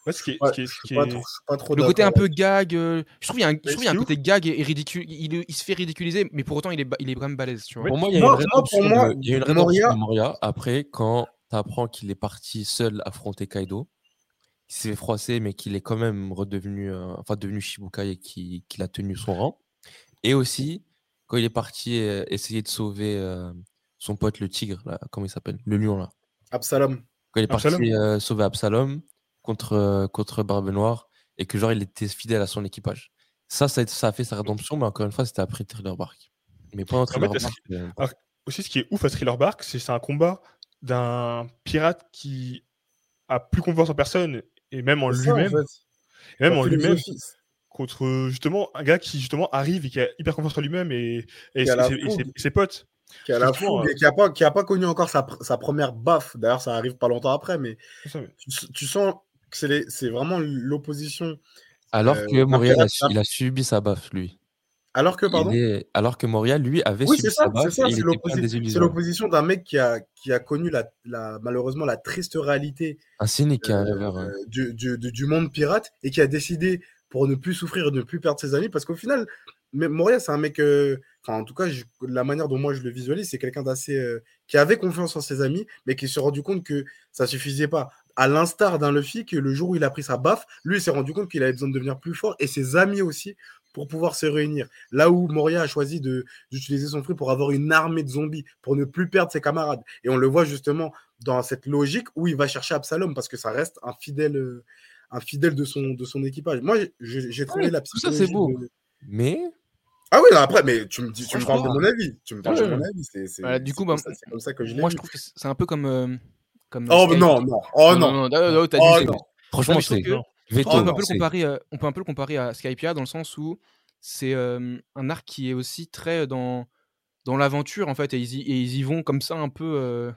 Speaker 3: Moi, ce qui est.
Speaker 2: Ouais,
Speaker 3: ce qui est-
Speaker 2: je
Speaker 3: ce
Speaker 2: suis
Speaker 3: qui
Speaker 2: pas
Speaker 3: est-
Speaker 2: trop- je suis pas trop
Speaker 4: le côté
Speaker 2: d'accord
Speaker 4: un peu gag. euh, je trouve qu'il y a un, je trouve qu'il y a un
Speaker 3: c'est ouf.
Speaker 4: côté gag et, et ridicule. Il, il- il se fait ridiculiser, mais pour autant, il est, ba- il est quand même balèze. Tu vois.
Speaker 1: Pour moi, il y a
Speaker 2: Moi-
Speaker 1: une
Speaker 2: moi, pour
Speaker 1: rédemption,
Speaker 2: moi,
Speaker 1: de- il y a une
Speaker 2: Moria-
Speaker 1: rédemption de Moria. Après, quand t'apprends qu'il est parti seul affronter Kaido, qu'il s'est fait froisser, mais qu'il est quand même redevenu, euh, enfin, devenu Shibukai et qui- qu'il a tenu son rang. Et aussi, quand il est parti euh, essayer de sauver euh, son pote, le tigre, là, comment il s'appelle Le lion, là.
Speaker 2: Absalom.
Speaker 1: quand il est parti
Speaker 3: Absalom.
Speaker 1: euh, sauver Absalom contre, euh, contre Barbe Noire et que genre il était fidèle à son équipage. Ça, ça, a- ça a fait sa rédemption, mais encore une fois, c'était après Thriller Bark. Mais pendant Thriller
Speaker 3: parce
Speaker 1: Bark, euh,
Speaker 3: aussi, ce qui est ouf à Thriller Bark, c'est c'est un combat d'un pirate qui a plus confiance en personne, et même en
Speaker 2: C'est ça, en
Speaker 3: lui-même,
Speaker 2: fait.
Speaker 3: et même
Speaker 2: La
Speaker 3: en lui-même,
Speaker 2: philosophie,
Speaker 3: contre euh, justement un gars qui justement arrive et qui a hyper confiance en lui-même et, et
Speaker 2: Qui a
Speaker 3: ses-
Speaker 2: la
Speaker 3: ses- et ses-
Speaker 2: fougue.
Speaker 3: ses potes.
Speaker 2: qui a la
Speaker 3: Franchement,
Speaker 2: fougue
Speaker 3: euh,
Speaker 2: et qui a pas, qui a pas connu encore sa, pr- sa première baffe. D'ailleurs, ça arrive pas longtemps après, mais tu, s- tu sens que c'est les- c'est vraiment l'opposition.
Speaker 1: Alors
Speaker 2: Euh,
Speaker 1: que Montréal, a
Speaker 2: Impérial,
Speaker 1: su- il a subi sa baffe, lui.
Speaker 2: Alors que, pardon
Speaker 1: Il est- Alors que Montréal, lui, avait
Speaker 2: Oui,
Speaker 1: subi
Speaker 2: c'est ça,
Speaker 1: sa
Speaker 2: c'est
Speaker 1: baffe.
Speaker 2: ça,
Speaker 1: et il
Speaker 2: c'est
Speaker 1: était pas
Speaker 2: l'opposi- c'est
Speaker 1: indésillusionné.
Speaker 2: l'opposition d'un mec qui a, qui a connu la, la- malheureusement la triste réalité
Speaker 1: Un cynique et un
Speaker 2: euh,
Speaker 1: rêveur. hein.
Speaker 2: euh, du, du- du- du monde pirate et qui a décidé pour ne plus souffrir et ne plus perdre ses amis parce qu'au final, mais Moria, c'est un mec, euh, enfin en tout cas, je- la manière dont moi je le visualise, c'est quelqu'un d'assez euh, qui avait confiance en ses amis, mais qui s'est rendu compte que ça suffisait pas. À l'instar d'un Luffy, que le jour où il a pris sa baffe, lui, il s'est rendu compte qu'il avait besoin de devenir plus fort et ses amis aussi pour pouvoir se réunir. Là où Moria a choisi de- d'utiliser son fruit pour avoir une armée de zombies, pour ne plus perdre ses camarades. Et on le voit justement dans cette logique où il va chercher Absalom parce que ça reste un fidèle, euh, un fidèle de son, de son équipage. Moi, j'ai j'ai trouvé
Speaker 1: Ouais,
Speaker 2: la
Speaker 1: tout ça,
Speaker 2: psychologie.
Speaker 1: c'est beau.
Speaker 2: de-
Speaker 1: Mais
Speaker 2: Ah oui, non, après, mais tu me dis, tu me parles de
Speaker 1: Franchement.
Speaker 2: mon avis. Tu me parles de
Speaker 1: Ouais.
Speaker 2: mon avis. c'est- c'est-
Speaker 4: Voilà, du
Speaker 2: c'est
Speaker 4: coup,
Speaker 2: comme
Speaker 4: bah,
Speaker 2: ça- c'est comme ça que je l'ai.
Speaker 4: Moi,
Speaker 2: vu.
Speaker 4: je trouve que c'est c'est un peu comme. euh, comme
Speaker 2: Oh
Speaker 4: Skype.
Speaker 2: non, non, oh non,
Speaker 4: non, non, non, t'as dit
Speaker 2: oh
Speaker 4: Skype.
Speaker 2: non.
Speaker 1: franchement,
Speaker 4: mais je trouve
Speaker 1: c'est
Speaker 4: que-
Speaker 1: veto.
Speaker 2: Oh,
Speaker 4: on, peut un
Speaker 2: non,
Speaker 4: peu le
Speaker 1: c'est-
Speaker 4: comparer, euh, on peut un peu le comparer à Skypia dans le sens où c'est euh, un arc qui est aussi très euh, dans, dans l'aventure en fait et ils, y, et ils y vont comme ça un peu euh,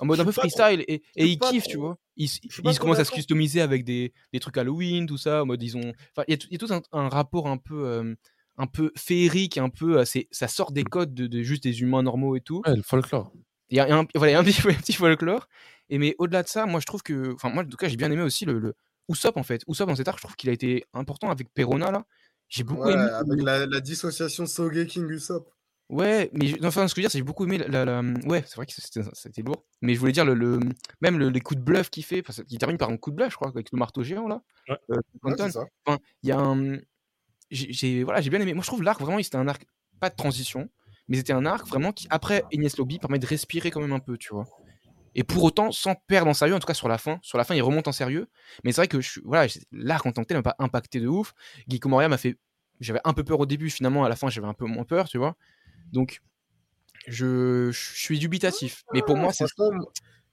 Speaker 4: en mode
Speaker 2: Je
Speaker 4: un peu
Speaker 2: suis pas trop-
Speaker 4: freestyle et, et
Speaker 2: suis
Speaker 4: ils
Speaker 2: pas
Speaker 4: kiffent tu
Speaker 2: trop-
Speaker 4: vois ils, s-
Speaker 2: je suis pas
Speaker 4: ils
Speaker 2: trop
Speaker 4: commencent à se
Speaker 2: d'accord.
Speaker 4: customiser avec des, des trucs Halloween tout ça en mode ils ont enfin il y a tout- il y, a tout un, un rapport un peu euh, un peu féerique un peu euh, c'est ça sort des codes de, de juste des humains normaux et tout
Speaker 1: Ouais, le folklore.
Speaker 4: il y a un, voilà, il y a un [LAUGHS] petit, un petit folklore. Et mais au-delà de ça, moi je trouve que, enfin moi en tout cas j'ai bien aimé aussi le, le Usopp en fait. Usopp dans cet arc, je trouve qu'il a été important avec Perona là. J'ai beaucoup
Speaker 2: Ouais,
Speaker 4: aimé.
Speaker 2: avec la, la dissociation Soge King Usopp.
Speaker 4: Ouais, mais j'ai- enfin ce que je veux dire, c'est que j'ai beaucoup aimé la, la- la- ouais, c'est vrai que c'était, c'était lourd. Mais je voulais dire le, le- même le, les coups de bluff qu'il fait, parce qu'il termine par un coup de bluff, je crois, avec le marteau géant là.
Speaker 3: Ouais.
Speaker 4: Euh,
Speaker 2: Ouais,
Speaker 4: Quentin.
Speaker 2: c'est ça.
Speaker 4: Enfin, il y a un. J'ai, j'ai- voilà, j'ai bien aimé. Moi, je trouve l'arc vraiment, c'était un arc pas de transition, mais c'était un arc vraiment qui, après Ignace Lobby, permet de respirer quand même un peu, tu vois. Et pour autant, sans perdre en sérieux, en tout cas sur la fin. Sur la fin, il remonte en sérieux. Mais c'est vrai que je, suis- voilà, j'ai- l'arc en tant que tel m'a pas impacté de ouf. Guy Moria m'a fait. J'avais un peu peur au début, finalement, à la fin, j'avais un peu moins peur, tu vois. Donc, je, je suis dubitatif. Mais pour moi, c'est,
Speaker 2: Franchement,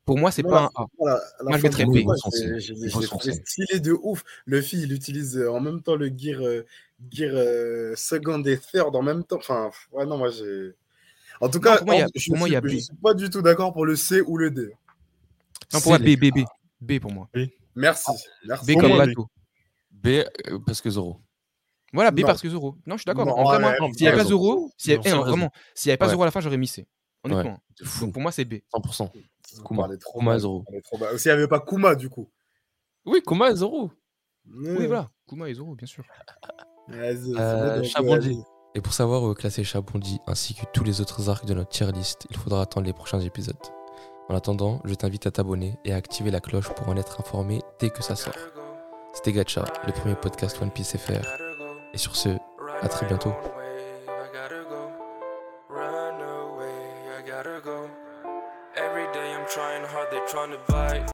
Speaker 4: pour moi, c'est
Speaker 2: moi, la
Speaker 4: pas un A.
Speaker 2: Voilà, à la
Speaker 4: Moi, je
Speaker 2: fin
Speaker 4: mettrais
Speaker 2: du
Speaker 4: B.
Speaker 2: combat,
Speaker 1: Ils sont
Speaker 2: j'ai- j'ai- j'ai
Speaker 1: sont
Speaker 2: trouvé
Speaker 1: sensés.
Speaker 2: stylé de ouf. Le Luffy, il utilise euh, en même temps le gear, euh, gear euh, second et third en même temps. Enfin, pff, ouais, non, moi, j'ai. En tout
Speaker 4: Non,
Speaker 2: cas,
Speaker 4: pour moi, il y a-
Speaker 2: en- je
Speaker 4: pour moi, il y a
Speaker 2: suis- je
Speaker 4: B.
Speaker 2: suis pas du tout d'accord pour le C ou le D.
Speaker 4: Non, pour moi,
Speaker 1: C'est
Speaker 4: B, B, B. B pour moi.
Speaker 2: Merci. merci.
Speaker 4: B
Speaker 3: Au
Speaker 4: comme
Speaker 3: moins, B.
Speaker 4: bateau.
Speaker 1: B euh, parce que Zoro.
Speaker 4: Voilà, B
Speaker 2: Non.
Speaker 4: parce que Zoro. Non, je suis d'accord.
Speaker 2: Non,
Speaker 4: En vrai,
Speaker 2: ouais,
Speaker 4: moi,
Speaker 2: non,
Speaker 4: s'il n'y avait
Speaker 1: t'as
Speaker 4: pas
Speaker 1: raison.
Speaker 4: Zoro, s'il y
Speaker 1: Non,
Speaker 4: avait, eh,
Speaker 1: t'as
Speaker 4: non,
Speaker 1: raison.
Speaker 4: vraiment, s'il y avait pas
Speaker 1: Ouais.
Speaker 4: Zoro à la fin, j'aurais mis C. Honnêtement.
Speaker 1: C'est fou.
Speaker 4: Donc pour moi, c'est B.
Speaker 1: 100%.
Speaker 2: Vous
Speaker 1: Kuma.
Speaker 2: parlez trop
Speaker 1: Kuma
Speaker 2: mal,
Speaker 1: Zoro.
Speaker 2: vous parlez trop mal. Aussi, il n'y avait pas Kuma, du coup.
Speaker 1: Oui, Kuma et Zoro.
Speaker 4: Oui, voilà. Kuma et Zoro, bien sûr.
Speaker 2: Vas-y, c'est
Speaker 1: Euh,
Speaker 2: bon, donc,
Speaker 1: Chabondi.
Speaker 2: vas-y.
Speaker 1: Et pour savoir euh, classer Chabondi ainsi que tous les autres arcs de notre tier list, il faudra attendre les prochains épisodes. En attendant, je t'invite à t'abonner et à activer la cloche pour en être informé dès que ça sort. C'était Gacha, le premier podcast One Piece FR. Et sur ce, à très bientôt.
Speaker 5: Run away, I gotta go. Every day I'm trying hard, they trying to bite.